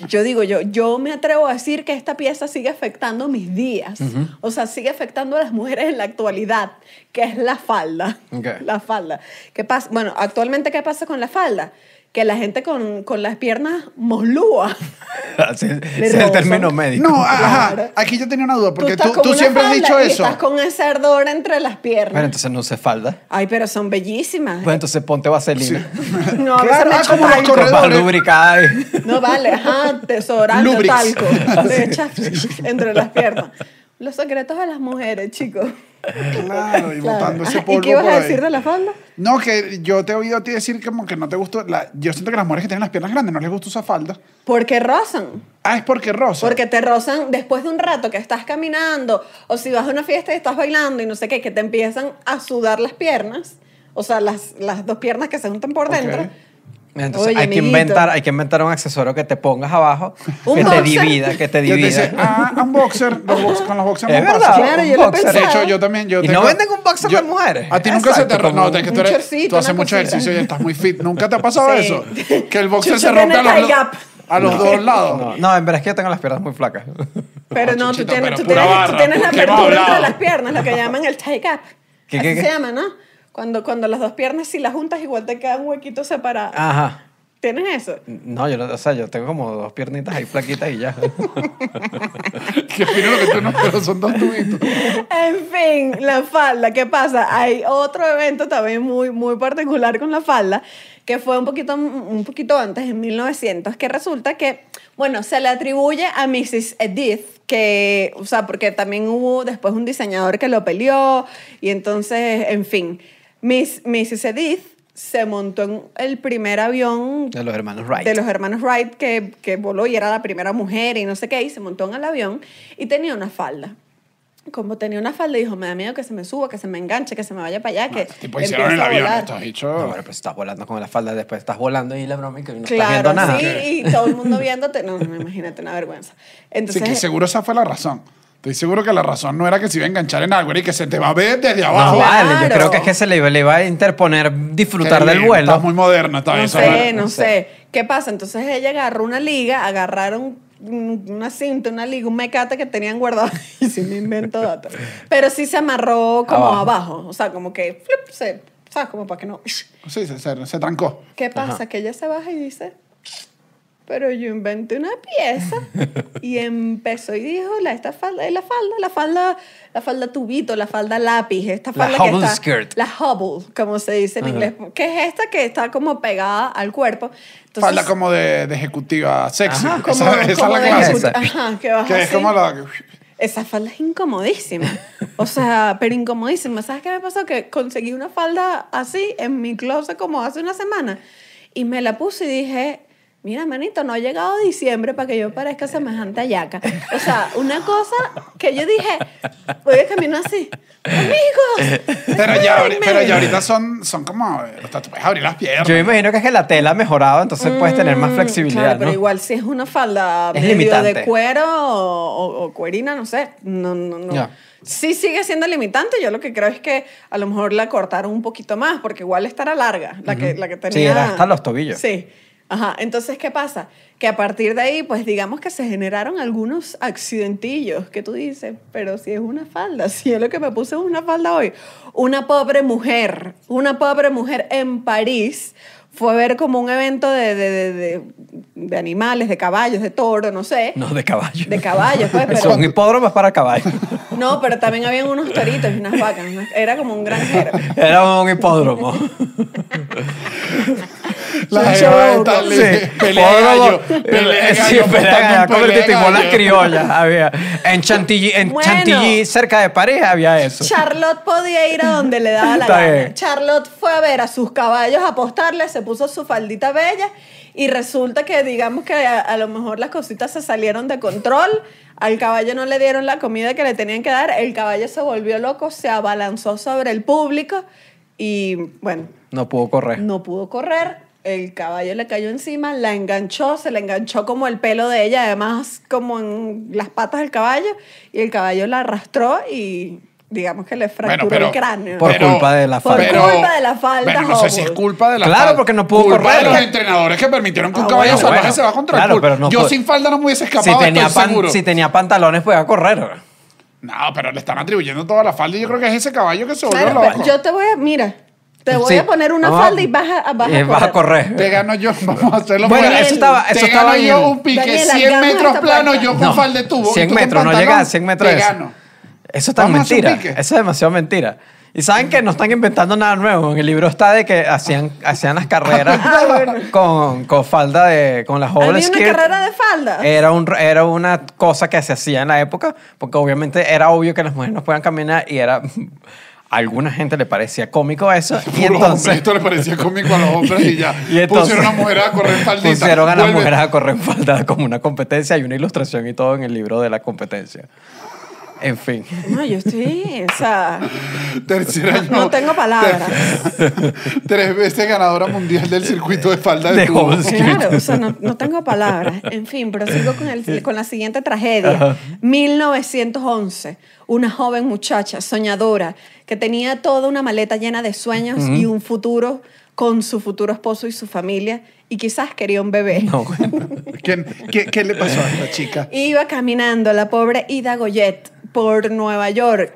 S3: yo digo, yo, yo me atrevo a decir que esta pieza sigue afectando mis días. O sea, sigue afectando a las mujeres en la actualidad, que es la falda.
S2: Ok.
S3: [LAUGHS] La falda. ¿Qué pasa? Bueno, actualmente, ¿qué pasa con la falda? Que la gente con, con las piernas
S1: [LAUGHS]
S3: moslúa.
S2: [LAUGHS] Así es ese es el
S3: rosa.
S2: término médico.
S1: No, ah. ajá.
S3: Claro.
S1: Aquí yo tenía una duda, porque
S3: estás
S1: tú,
S3: con
S1: tú
S3: una
S1: siempre has
S3: falda
S1: dicho
S3: y
S1: eso.
S3: Estás con ese ardor entre las piernas.
S2: Bueno, entonces no se falda.
S3: Ay, pero son bellísimas.
S2: Pues entonces ponte vaselina. [LAUGHS]
S3: [LAUGHS] No, a veces
S1: Claro,
S3: me
S1: ah,
S3: echo
S1: como los
S3: talco.
S1: corredores.
S2: Ropa lubricada. y-
S3: No vale, ajá, desodorante,
S1: Lubrix. [LAUGHS]
S3: talco. Te echas entre las piernas. Los secretos de las mujeres, chicos.
S1: Claro, y
S3: Claro.
S1: botando ese
S3: Ajá,
S1: polvo.
S3: ¿Y qué ibas
S1: por
S3: a
S1: ahí.
S3: decir de la falda?
S1: No, que yo te he oído a ti decir como que no te gustó. la- yo siento que las mujeres que tienen las piernas grandes no les gusta usar falda.
S3: Porque rozan.
S1: Ah, es porque rosa.
S3: Porque te rozan después de un rato que estás caminando o si vas a una fiesta y estás bailando y no sé qué, que te empiezan a sudar las piernas. O sea, las, las dos piernas que se juntan por
S1: Ok.
S3: dentro.
S2: Entonces
S3: Oye,
S2: hay, que
S3: amiguito.
S2: inventar, hay que inventar un accesorio que te pongas abajo,
S3: Un
S2: que te
S3: boxer.
S2: divida, que te
S1: Yo te
S2: divida.
S1: dice, ah, un boxer, los box- con los boxers
S2: [LAUGHS] Es
S1: no
S2: verdad.
S1: pasa.
S3: Claro,
S2: un
S3: yo lo he
S2: boxer.
S1: De
S3: pensado.
S1: hecho, yo también. Yo
S2: Y
S1: tengo-
S2: no venden un boxer
S1: yo-
S2: para mujeres.
S1: A ti nunca
S2: Exacto,
S1: se te.
S2: como
S1: No, es que tú,
S3: un
S1: eres-
S3: shortcito,
S1: tú haces
S3: una
S1: mucho
S3: cosita.
S1: ejercicio y estás muy fit. ¿Nunca te ha pasado
S3: Sí.
S1: eso? Que el boxer
S3: Chucho
S1: se rompe a
S3: tiene
S1: los,
S3: tie
S1: do-
S3: gap.
S1: a los dos lados.
S2: No, no, en verdad es que yo tengo las piernas muy flacas.
S3: Pero
S1: No,
S3: no,
S1: Chuchito,
S3: tú tienes,
S1: pero
S3: tú
S1: pura
S3: tienes, tú
S1: barra,
S3: tienes la
S1: ¿qué hemos
S3: apertura entre
S1: hablado?
S3: las piernas,
S1: [LAUGHS]
S3: lo que llaman el tie gap.
S2: ¿Qué,
S3: Así
S2: qué, qué?
S3: se llama, ¿no? Cuando, cuando las dos piernas, si las juntas, igual te queda un huequito separado.
S2: Ajá.
S3: ¿Tienes eso?
S2: No, yo, no- o sea, yo tengo como dos piernitas ahí flaquitas y ya.
S1: Que opino lo que tú no, pero son dos
S3: [LAUGHS]
S1: tubitos.
S3: En fin, la falda, ¿qué pasa? Hay otro evento también muy, muy particular con la falda, que fue un poquito, un poquito antes, en 1900, que resulta que Bueno, se le atribuye a Mrs. Edith, que, o sea, porque también hubo después un diseñador que lo peleó y entonces, en fin, Miss, Mrs. Edith se montó en el primer avión
S2: De los hermanos Wright.
S3: de los hermanos Wright que, que voló y era la primera mujer y no sé qué, y se montó en el avión y tenía una falda. Como tenía una falda, dijo, me da miedo que se me suba, que se me enganche, que se me vaya para allá, que
S1: Tipo, hicieron el
S3: empiece a
S1: avión,
S3: volar".
S1: estos
S2: No,
S1: bichos.
S2: bueno, pues estás volando con la falda, después estás volando y la broma y que no estás viendo nada.
S3: Claro, sí, y todo el mundo viéndote. No, no, imagínate, una vergüenza.
S1: Sí,
S3: Entonces,
S1: que seguro esa fue la razón. Estoy seguro que la razón no era que se iba a enganchar en algo, era que se te va a ver desde
S2: No,
S1: abajo.
S2: vale, yo
S3: Claro.
S2: creo que es que se le, iba- le iba a interponer disfrutar
S1: Qué
S2: del
S1: bien,
S2: vuelo.
S1: Estás muy moderno esta
S3: no
S1: vez.
S3: sé,
S1: Isabel.
S3: no
S2: no sé.
S3: sé. ¿Qué pasa? Entonces ella agarró una liga, agarraron un- una cinta, una liga, un mecate que tenían guardado. [LAUGHS] Y sí me invento datos. Pero sí se amarró como abajo.
S2: Abajo.
S3: O sea, como que, flip, se, ¿sabes? Como para que no... [LAUGHS]
S1: Sí, se, se- se trancó.
S3: ¿Qué pasa? Que ella se baja y dice, pero yo inventé una
S2: [LAUGHS]
S3: pieza. y empezó y dijo, la, esta falda, eh, la falda, la falda, la falda tubito, la falda lápiz, esta
S2: La
S3: falda que
S2: Hubble
S3: está,
S2: skirt.
S3: La Hubble, como se dice en
S2: Ajá.
S3: inglés, que es esta que está como pegada al cuerpo. Entonces, ah,
S1: Falda como de, de ejecutiva sexy.
S2: Ajá,
S1: Esa- esa,
S3: como
S1: es
S3: de
S1: la clase.
S3: ejecuta- Ajá, que baja
S1: Que es
S3: así.
S1: como la...
S3: Esa falda es incomodísima.
S1: [LAUGHS]
S3: O sea, pero incomodísima. ¿Sabes qué me pasó? Que conseguí una falda así en mi closet como hace una semana. Y me la puse y dije, mira, manito, no ha llegado diciembre para que yo parezca semejante ayaca. O sea, una cosa que yo dije, voy a caminar
S1: [LAUGHS]
S3: así. Amigos.
S1: Pero ya, ahori-
S3: espérenme".
S1: pero ya ahorita son, son como... O sea, tú puedes abrir las piernas.
S2: Yo me imagino que es que la tela ha mejorado, entonces puedes tener más
S3: Mm,
S2: flexibilidad,
S3: claro, pero
S2: ¿no?
S3: igual si es una falda
S2: Es
S3: medio de
S2: limitante.
S3: cuero o, o- o cuerina, no sé. No, no, no.
S2: Ya.
S3: Sí sigue siendo limitante. Yo lo que creo es que a lo mejor la cortaron un poquito más, porque igual esta era larga, la que, la que tenía.
S2: era hasta los tobillos.
S3: Sí. Ajá. Entonces, ¿qué pasa? Que a partir de ahí, pues digamos que se generaron algunos accidentillos que tú dices, pero si es una falda, [LAUGHS] si es lo que me puse es una falda hoy. Una pobre mujer, una pobre mujer en París fue a ver como un evento de, de, de, de- de animales, de caballos, de toro, no sé.
S2: No, de caballo.
S3: De caballos,
S2: [LAUGHS]
S3: pues, pero-
S2: Son hipódromos para caballos.
S3: No, pero también habían unos toritos y unas vacas. unas- Era como un granjero.
S2: Era un [LAUGHS] hipódromo.
S1: La
S3: Sí,
S1: jeva
S3: yo-
S1: está
S3: sí.
S1: li- pelea de gallo, pelea de
S2: eh, Sí,
S1: gallo,
S2: pelea de gallo,
S1: pelea de
S2: convertirte en
S1: gallo.
S2: bolas criollas. Había. En Chantilly, en
S3: Bueno.
S2: Chantilly, cerca de París, había eso.
S3: Charlotte podía ir a donde le daba la
S2: Está
S3: gana.
S2: bien.
S3: Charlotte fue a ver a sus caballos a apostarle, se puso su faldita bella y resulta que digamos que a, a lo mejor las cositas se salieron de control, al caballo no le dieron la comida que le tenían que dar, el caballo se volvió loco, se abalanzó sobre el público y bueno,
S2: No pudo correr.
S3: no pudo correr, el caballo le cayó encima, la enganchó, se le enganchó como el pelo de ella, además como en las patas del caballo, y el caballo la arrastró y digamos que le fracturó el cráneo.
S2: Por culpa de la
S3: Por
S2: falda.
S3: culpa de la falda,
S1: Bueno, no sé si es
S3: Howard.
S1: culpa de la
S2: Claro,
S1: falda.
S2: porque no pudo
S1: culpa
S2: correr.
S1: de los entrenadores que permitieron que un
S3: Ah,
S1: caballo
S3: bueno,
S1: salvaje
S2: bueno.
S1: se va contra
S2: Claro,
S1: el pool.
S2: pero no
S1: Yo
S2: puede-
S1: sin falda no me hubiese escapado,
S2: Si tenía,
S1: estoy
S2: pan-
S1: seguro.
S2: si tenía pantalones, podía correr.
S1: No, pero le están atribuyendo toda la falda y yo creo que es ese caballo que se volvió
S3: Claro,
S1: loco.
S3: pero yo te voy a, mira, te voy
S2: Sí.
S3: a poner una
S2: Vamos a-
S3: falda y vas a, vas a
S2: eh,
S3: correr.
S2: vas a correr.
S1: Te gano yo, [LAUGHS] vamos a hacerlo
S2: Bueno,
S1: por-
S3: eso estaba-
S1: Te
S2: eso
S1: gano
S2: estaba en-
S1: yo un pique,
S3: Daniel,
S1: 100
S3: hagamos
S1: metros
S3: esta
S1: plano,
S3: parte.
S1: yo con
S2: No,
S1: falda de tubo.
S2: 100
S1: y tú con
S2: metros, no
S1: pantalón,
S2: llega a 100 metros
S1: Te
S2: de eso.
S1: gano.
S2: Eso es tan
S1: Vamos a hacer un
S2: mentira.
S1: pique.
S2: Eso es demasiado mentira. Y saben que no están inventando nada nuevo. En el libro está de que hacían, hacían las
S1: [LAUGHS]
S2: carreras con, con falda de. con las
S3: Había
S2: hobble
S3: una
S2: skirt.
S3: carrera de falda.
S2: Era, un, era una cosa que se hacía en la época, porque obviamente era obvio que las mujeres no podían caminar y era. A alguna gente le parecía cómico
S1: [LAUGHS]
S2: eso. [LAUGHS] Y
S1: Por los hombres,
S2: entonces.
S1: esto le parecía cómico a los hombres y ya.
S2: [LAUGHS] Y entonces-
S1: pusieron a las mujeres a correr faldita.
S2: Pusieron a las
S1: Vuelve.
S2: mujeres a correr en falda como una competencia. Hay una ilustración y todo en el libro de la competencia. En fin. [LAUGHS]
S3: No, yo estoy, o sea,
S1: Tercer año.
S3: no tengo palabras.
S1: [LAUGHS] Tres veces ganadora mundial del circuito de falda de,
S2: De
S1: tubo.
S2: Hobson.
S3: Claro, o
S2: [LAUGHS]
S3: sea, no, no tengo palabras. En fin, prosigo con, el, con la siguiente tragedia. 1911, una joven muchacha soñadora que tenía toda una maleta llena de sueños y un futuro con su futuro esposo y su familia y quizás quería un bebé.
S2: No, bueno.
S1: ¿Quién- [LAUGHS] qué, qué le pasó a esta chica?
S3: Iba caminando la pobre Ida Goyet por Nueva York.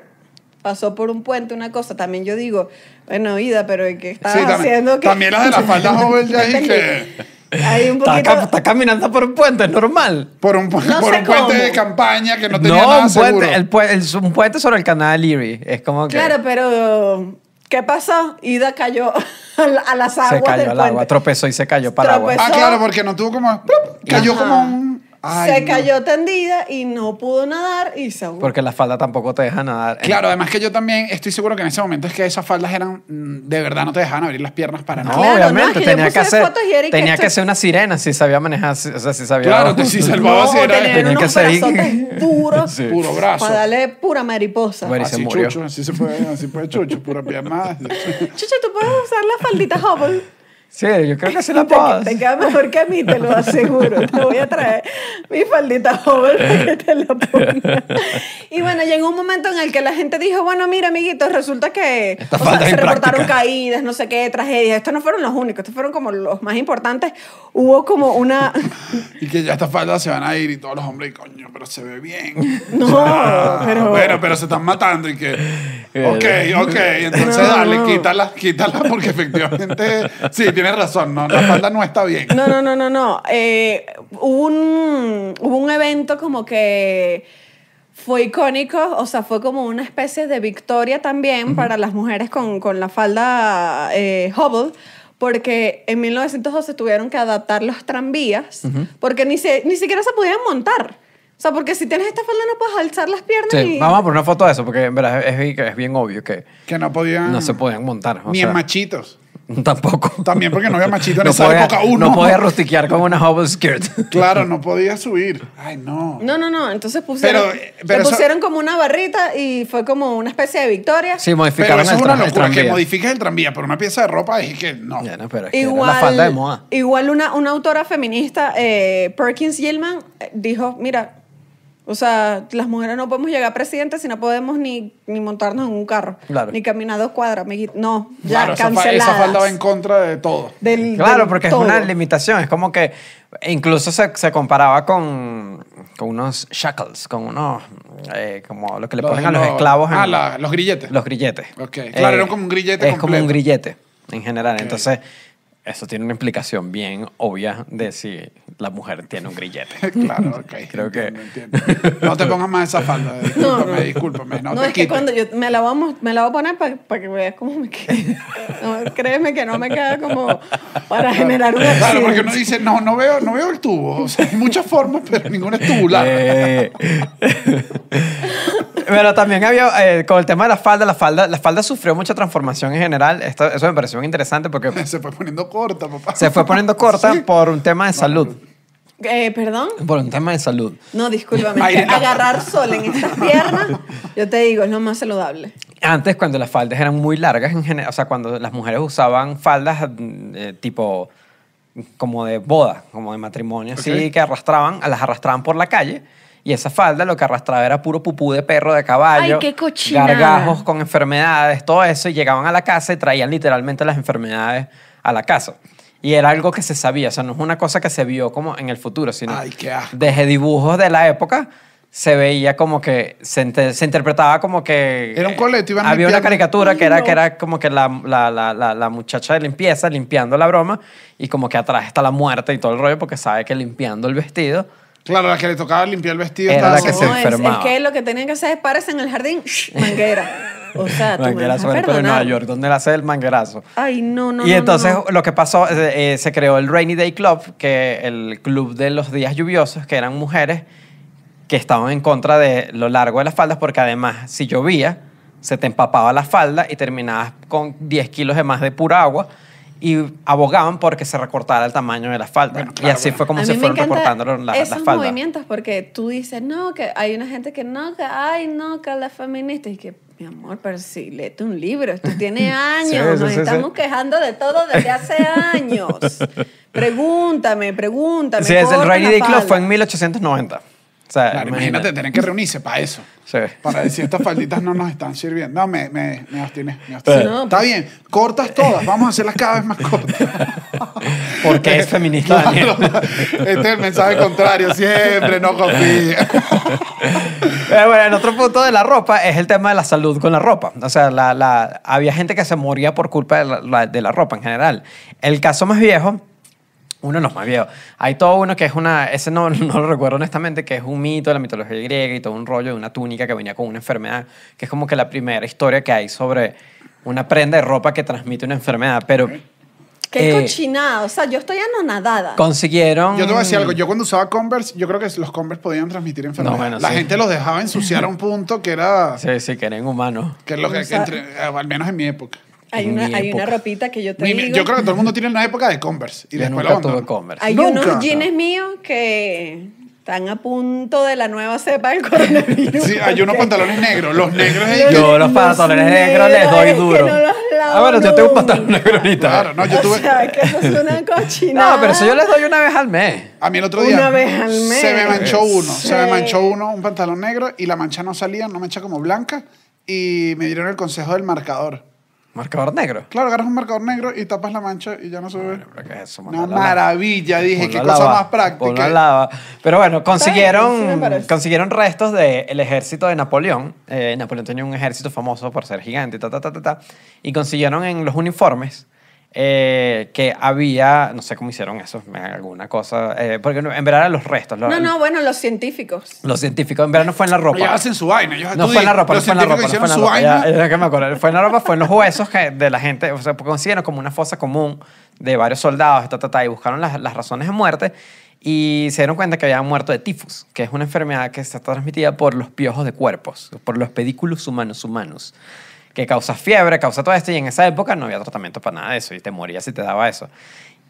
S3: Pasó por un puente, una cosa. También yo digo, bueno, Ida, pero ¿qué estaba
S1: Sí, también-
S3: haciendo? que-
S1: también las de la
S3: [LAUGHS]
S1: falda joven ya dije que-
S3: Hay un
S2: Está,
S3: poquito...
S2: cam- está caminando por un puente, es normal.
S1: Por un, por
S3: No sé
S1: un puente
S3: cómo.
S1: de campaña que no
S2: No,
S1: tenía nada
S2: un,
S1: seguro.
S2: puente, el pue- el- un puente sobre el canal Erie. Es como que
S3: Claro, pero ¿qué pasó? Ida cayó [LAUGHS] a la- a las aguas
S2: se cayó
S3: del
S2: al agua,
S3: puente.
S2: tropezó y se cayó para el agua.
S3: Tropezó.
S1: Ah, claro, porque no tuvo como... ¡plup! Cayó
S3: Ajá.
S1: como un... Ay,
S3: se
S1: no.
S3: cayó tendida y no pudo nadar y se ahogó.
S2: Porque la falda tampoco te deja nadar.
S1: Claro, además que yo también estoy seguro que en ese momento es que esas faldas eran, mm, de verdad no te dejaban abrir las piernas para
S2: No,
S1: nada.
S3: Claro,
S2: obviamente,
S3: no, es que yo
S2: tenía
S3: puse
S2: que hacer,
S3: fotos y era y que
S2: tenía que
S3: esto-
S2: ser una sirena si sabía manejar, si- o sea, si sabía.
S1: Claro, te-
S2: [LAUGHS]
S1: sí, salvaba
S3: no,
S1: si era-
S3: tener
S2: Tenía
S3: unos
S2: que ser- [LAUGHS]
S3: brazotes duros
S2: Sí.
S1: Puro brazo.
S3: para darle pura mariposa.
S2: Bueno, y se
S1: así
S2: murió.
S1: chucho, así se fue, así fue chucho, pura pierna.
S3: Chucha, tú puedes usar la faldita Hubble.
S2: Sí, yo creo que se la
S3: [LAUGHS] Te-
S2: puedo.
S3: Te, queda mejor que a mí, te lo aseguro. Te voy a traer mi faldita joven para que te la ponga. Y bueno, llegó un momento en el que la gente dijo, bueno, mira, amiguitos, resulta que
S2: Esta falda es
S3: se reportaron
S2: impráctica.
S3: caídas, no sé qué, tragedias. Estos no fueron los únicos, estos fueron como los más importantes. Hubo como una...
S1: Y que ya estas faldas se van a ir y todos los hombres, y coño, pero se ve bien.
S3: No,
S1: [LAUGHS] Ah,
S3: pero...
S1: Bueno, pero se están matando y que...
S2: Eh,
S1: Ok, ok, entonces
S3: No,
S1: dale,
S3: no.
S1: quítala, quítala, porque efectivamente... Sí, tienes razón, no, la falda no está bien.
S3: No, no, no, no, no. Eh, hubo, un, hubo un evento como que fue icónico, o sea, fue como una especie de victoria también para las mujeres con, con la falda eh, Hubble, porque en 1912 tuvieron que adaptar los tranvías, porque ni, se- ni siquiera se podían montar. O sea, porque si tienes esta falda no puedes alzar las piernas
S2: Sí,
S3: y...
S2: vamos a poner una foto de eso, porque en verdad es, es- es bien obvio que
S1: Que no podían...
S2: no se podían montar. o
S1: Ni
S2: sea,
S1: en machitos.
S2: [LAUGHS] Tampoco.
S1: También porque no había machito en esa
S2: podía,
S1: época uno.
S2: No podía rustiquear con una
S1: [LAUGHS]
S2: hobble skirt.
S1: Claro, no podía subir. Ay, no.
S3: No, no, no. Entonces pusieron,
S1: Pero, eh, pero
S3: le
S1: eso-
S3: pusieron como una barrita y fue como una especie de victoria.
S2: Sí,
S1: Pero
S2: modificaron
S1: eso
S2: el
S1: es una
S2: tra- el
S1: locura, que
S2: tranvía.
S1: modifiques el tranvía por una pieza de ropa y que no.
S2: Ya, no, pero es que era
S3: Igual,
S2: la falda de moda.
S3: igual una, una autora feminista, eh, Perkins Gilman, eh, dijo, mira, o sea, las mujeres no podemos llegar a presidente si no podemos ni, ni montarnos en un carro,
S2: Claro.
S3: ni caminar dos cuadras, amiguito. No, ya
S1: Claro, esa, fa-
S3: canceladas.
S1: esa falda va en contra de todo.
S3: Del-
S2: Claro,
S3: del
S2: porque
S3: todo.
S2: es una limitación. Es como que incluso se, se comparaba con, con unos shackles, con unos. eh, como lo que le ponen a los esclavos. en-
S1: Ah, la- los grilletes.
S2: Los grilletes. Eh,
S1: Ok, claro, era como un grillete
S2: Es como
S1: completo.
S2: un grillete en general. Entonces, eso tiene una implicación bien obvia de si la mujer tiene un grillete.
S1: [LAUGHS] claro, ok.
S2: [LAUGHS] Creo que-
S1: entiendo, entiendo. No te pongas más esa falda. Discúlpame, discúlpame. No,
S3: [LAUGHS] No,
S1: te
S3: es que
S1: quites.
S3: cuando yo me la voy a, mos- me la voy a poner para que veas cómo me queda.
S2: [LAUGHS]
S3: No, créeme que no me queda como para generar un accidente.
S1: Claro, porque uno dice, no, no veo, no veo el tubo. O sea, hay muchas formas, pero ninguna es tubular.
S2: Eh. [LAUGHS] Pero también había, eh, con el tema de la falda, la falda, la falda sufrió mucha transformación en general. Esto- eso me pareció muy interesante porque
S1: [LAUGHS] Se fue poniendo corta, papá.
S2: se fue poniendo corta
S1: Sí.
S2: por un tema de salud.
S3: Eh, ¿Perdón?
S2: Por un tema de salud.
S3: No, discúlpame. es
S1: Ay,
S3: que
S1: no.
S3: Agarrar sol en estas piernas,
S2: [LAUGHS]
S3: yo te digo, es lo más saludable.
S2: Antes, cuando las faldas eran muy largas, en general, o sea, cuando las mujeres usaban faldas mm, eh, tipo como de boda, como de matrimonio, así
S1: Ok.
S2: que arrastraban, las arrastraban por la calle. Y esa falda lo que arrastraba era puro pupú de perro, de caballo,
S3: Ay, qué cochinada.
S2: gargajos con enfermedades, todo eso. Y llegaban a la casa y traían literalmente las enfermedades a la casa. Y era algo que se sabía, o sea, no es una cosa que se vio como en el futuro, sino
S1: [LAUGHS] Ay, qué asco.
S2: desde dibujos de la época se veía como que se, ente- se interpretaba como que
S1: Era un coleto, iban
S2: había una
S1: limpiando.
S2: caricatura que
S3: Ay,
S2: era
S3: no.
S2: que era como que la, la- la- la- la muchacha de limpieza limpiando la broma y como que atrás está la muerte y todo el rollo porque sabe que limpiando el vestido
S1: Claro, la que le tocaba limpiar el vestido.
S2: Era
S1: estaba
S2: la que
S1: así.
S2: se
S3: No, es, es
S2: enfermaba.
S3: que lo que tenían que hacer es pararse en el jardín, shh, manguera. O
S2: [LAUGHS]
S3: sea, tú me
S2: manguera
S3: vas a
S2: sobre todo en Nueva
S3: perdonar.
S2: York donde le hace el manguerazo
S3: Ay, no, no,
S2: y
S3: no,
S2: entonces
S3: no, no.
S2: lo que pasó, eh, eh, se creó el Rainy Day Club, que el club de los días lluviosos, que eran mujeres que estaban en contra de lo largo de las faldas, porque además si llovía, se te empapaba la falda y terminabas con 10 kilos de más de pura agua. Y abogaban porque se recortara el tamaño de las faldas.
S1: Bueno, claro,
S2: y así
S1: bueno.
S2: fue como
S3: A
S2: se
S3: mí me
S2: fueron
S3: encantan
S2: recortando la- las
S3: esos
S2: faldas.
S3: movimientos porque tú dices, no, que hay una gente que no, que ay, no, que la feminista. Y que, mi amor, pero si léete un libro, tú
S2: [LAUGHS]
S3: tienes años,
S2: Sí,
S3: nos
S2: sí, sí, sí.
S3: estamos quejando de todo desde hace
S2: [LAUGHS]
S3: años. Pregúntame, pregúntame.
S2: Sí, es el
S3: corten
S2: Rainy
S3: la
S2: Day Club
S3: falda.
S2: fue en 1890. O sea,
S1: Claro, imagínate, tener que reunirse para eso.
S2: Sí.
S1: Para decir estas falditas no nos están sirviendo. No, me, me, me abstiene. me abstiene.
S3: No,
S1: Está
S3: pues-
S1: bien, cortas todas. Vamos a hacerlas cada vez más cortas.
S2: [LAUGHS] Porque es
S1: [LAUGHS]
S2: feminista,
S1: Claro,
S2: Daniel.
S1: este es el mensaje contrario. Siempre no confíe.
S2: Eh, bueno, en otro punto de la ropa es el tema de la salud con la ropa. O sea, la, la- había gente que se moría por culpa de la, la- de la ropa en general. El caso más viejo, uno de los más viejos, hay todo uno que es una, ese no, [LAUGHS] no lo recuerdo honestamente, que es un mito de la mitología griega y todo un rollo de una túnica que venía con una enfermedad, que es como que la primera historia que hay sobre una prenda de ropa que transmite una enfermedad. Pero
S3: Qué
S2: Eh,
S3: cochinada. O sea, yo estoy anonadada.
S2: Consiguieron.
S1: Yo te voy a decir algo. Yo cuando usaba Converse, yo creo que los Converse podían transmitir enfermedad.
S2: No, bueno,
S1: la
S2: sí.
S1: gente los dejaba ensuciar a un punto que era...
S2: Sí, sí, que eran humanos.
S1: Que es lo que,
S3: O sea-
S1: entre- al menos en mi época.
S3: Hay
S2: en
S3: una,
S2: mi
S3: hay una
S2: época.
S3: ropita que yo te
S1: Mi- mi-
S3: digo.
S1: yo creo que todo el mundo tiene una época de Converse. Y
S2: yo
S1: después
S2: nunca
S1: lo
S2: tuve
S1: abandonan.
S2: Converse.
S3: Hay
S1: Nunca.
S3: unos jeans míos que están a punto de la nueva cepa del coronavirus.
S1: Sí, hay unos
S3: porque-
S1: pantalones negros. Los negros...
S3: Los
S1: eh, yo-
S2: Yo los pantalones negros les doy
S3: es que
S2: duro.
S3: no los lavo
S2: ah, bueno, yo tengo un
S3: nunca.
S2: pantalón negro ahorita.
S1: Claro, no, yo
S3: [LAUGHS] O
S1: tuve...
S3: sea, que eso
S1: [LAUGHS]
S3: es una cochinada.
S2: No, pero eso yo les doy una vez al mes.
S1: A mí el otro
S3: Una
S1: día
S3: vez al
S1: se me
S3: mes.
S1: manchó uno, se me
S3: Sí.
S1: manchó uno, un pantalón negro y la mancha no salía, una mancha como blanca y me dieron el consejo del marcador.
S2: Marcador negro.
S1: Claro, agarras un marcador negro y tapas la mancha y ya no se ve.
S2: Pero ¿qué es eso?
S1: Una
S2: Ponlo a lavar.
S1: maravilla, dije,
S2: Ponlo
S1: qué
S2: a
S1: cosa
S2: lavar.
S1: más
S2: Ponlo a
S1: práctica.
S2: lavar. Pero bueno,
S3: Sí, me
S2: consiguieron,
S3: parece.
S2: consiguieron restos del ejército de Napoleón. Eh, Napoleón tenía un ejército famoso por ser gigante, ta, ta, ta, ta, ta. Y consiguieron en los uniformes eh, que había, no sé cómo hicieron eso, alguna cosa. eh, porque no- en verdad eran los restos. los-
S3: No, no, bueno, los científicos.
S2: Los científicos, en verdad no fue en la
S1: Pero ya
S2: ropa.
S1: hacen su vaina. ellos-
S2: No
S1: tú
S2: fue en la
S1: di-
S2: ropa, no
S1: los
S2: fue en la ropa, no
S1: científicos
S2: fue en la
S1: hicieron
S2: ropa.
S1: su
S2: ya,
S1: vaina.
S2: ya que me acuerdo, Fue en la ropa, fue en los huesos que- de la gente, o sea, porque consiguieron como una fosa común de varios soldados, ta, ta, ta, y buscaron las, las razones de muerte y se dieron cuenta que habían muerto de tifus, que es una enfermedad que está transmitida por los piojos de cuerpos, por los pedículos humanos humanos, que causa fiebre, causa todo esto, y en esa época no había tratamiento para nada de eso, y te morías si te daba eso.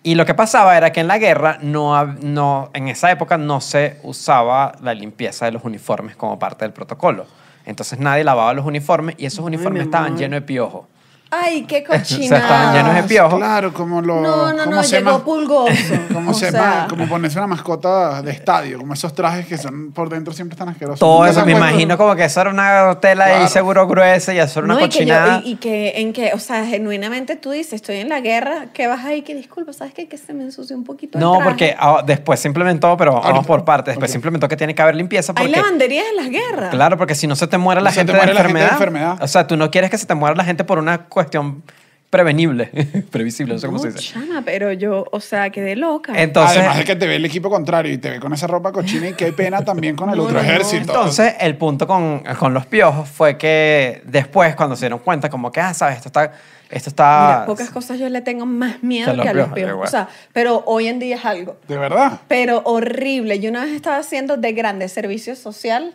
S2: Y lo que pasaba era que en la guerra, no, hab- no, en esa época no se usaba la limpieza de los uniformes como parte del protocolo. Entonces nadie lavaba los uniformes y esos uniformes estaban
S3: amor.
S2: llenos de piojo.
S3: Ay,
S2: [LAUGHS]
S3: qué
S2: sea,
S3: cochinada.
S2: estaban llenos de piojos.
S1: Claro, como lo...
S3: No, no,
S1: ¿cómo
S3: no,
S1: se
S3: llegó
S1: llama?
S3: pulgoso.
S1: [LAUGHS] Como,
S3: o
S1: se
S3: sea,
S1: llama? como ponerse una mascota de estadio, como esos trajes que son por dentro siempre están asquerosos.
S2: Todo
S1: ¿Nunca se
S2: eso,
S1: han
S2: me
S1: puesto?
S2: imagino como que eso era una tela ahí
S1: Claro.
S2: seguro gruesa y eso era una
S3: no, y que yo-
S2: cochinada.
S3: y, y que en que, o sea, genuinamente tú dices, estoy en la guerra, que vas ahí, que disculpa, ¿sabes qué? Que se me ensució un poquito el
S2: no,
S3: traje.
S2: porque ah, después se implementó, pero vamos
S1: Ahorita.
S2: por partes, después
S1: Ok.
S2: se implementó que tiene que haber limpieza
S3: Hay
S2: porque...
S3: lavanderías en las guerras.
S2: Claro, porque si no se te muere la,
S1: No se
S2: gente,
S1: te muere
S2: de
S1: la gente de
S2: enfermedad,
S1: enfermedad.
S2: O sea, tú no quieres que se te muera la gente por una cuestión prevenible, [LAUGHS] previsible, no sé cómo
S3: No,
S2: se dice.
S3: chama, pero yo, o sea, quedé loca.
S2: Entonces,
S1: Además de que te ve el equipo contrario y te ve con esa ropa cochina y qué pena también con el
S3: No,
S1: otro
S3: no, no.
S1: ejército.
S2: entonces, el punto con, con los piojos fue que después, cuando se dieron cuenta, como que, ah, sabes, esto está... Esto está
S1: Ah,
S3: Mira, pocas cosas yo le tengo más miedo
S2: Que a los
S3: que a los
S2: piojos,
S3: piojos.
S2: igual.
S3: O sea, pero hoy en día es algo.
S1: de verdad.
S3: Pero horrible. Yo una vez estaba haciendo de grande servicio social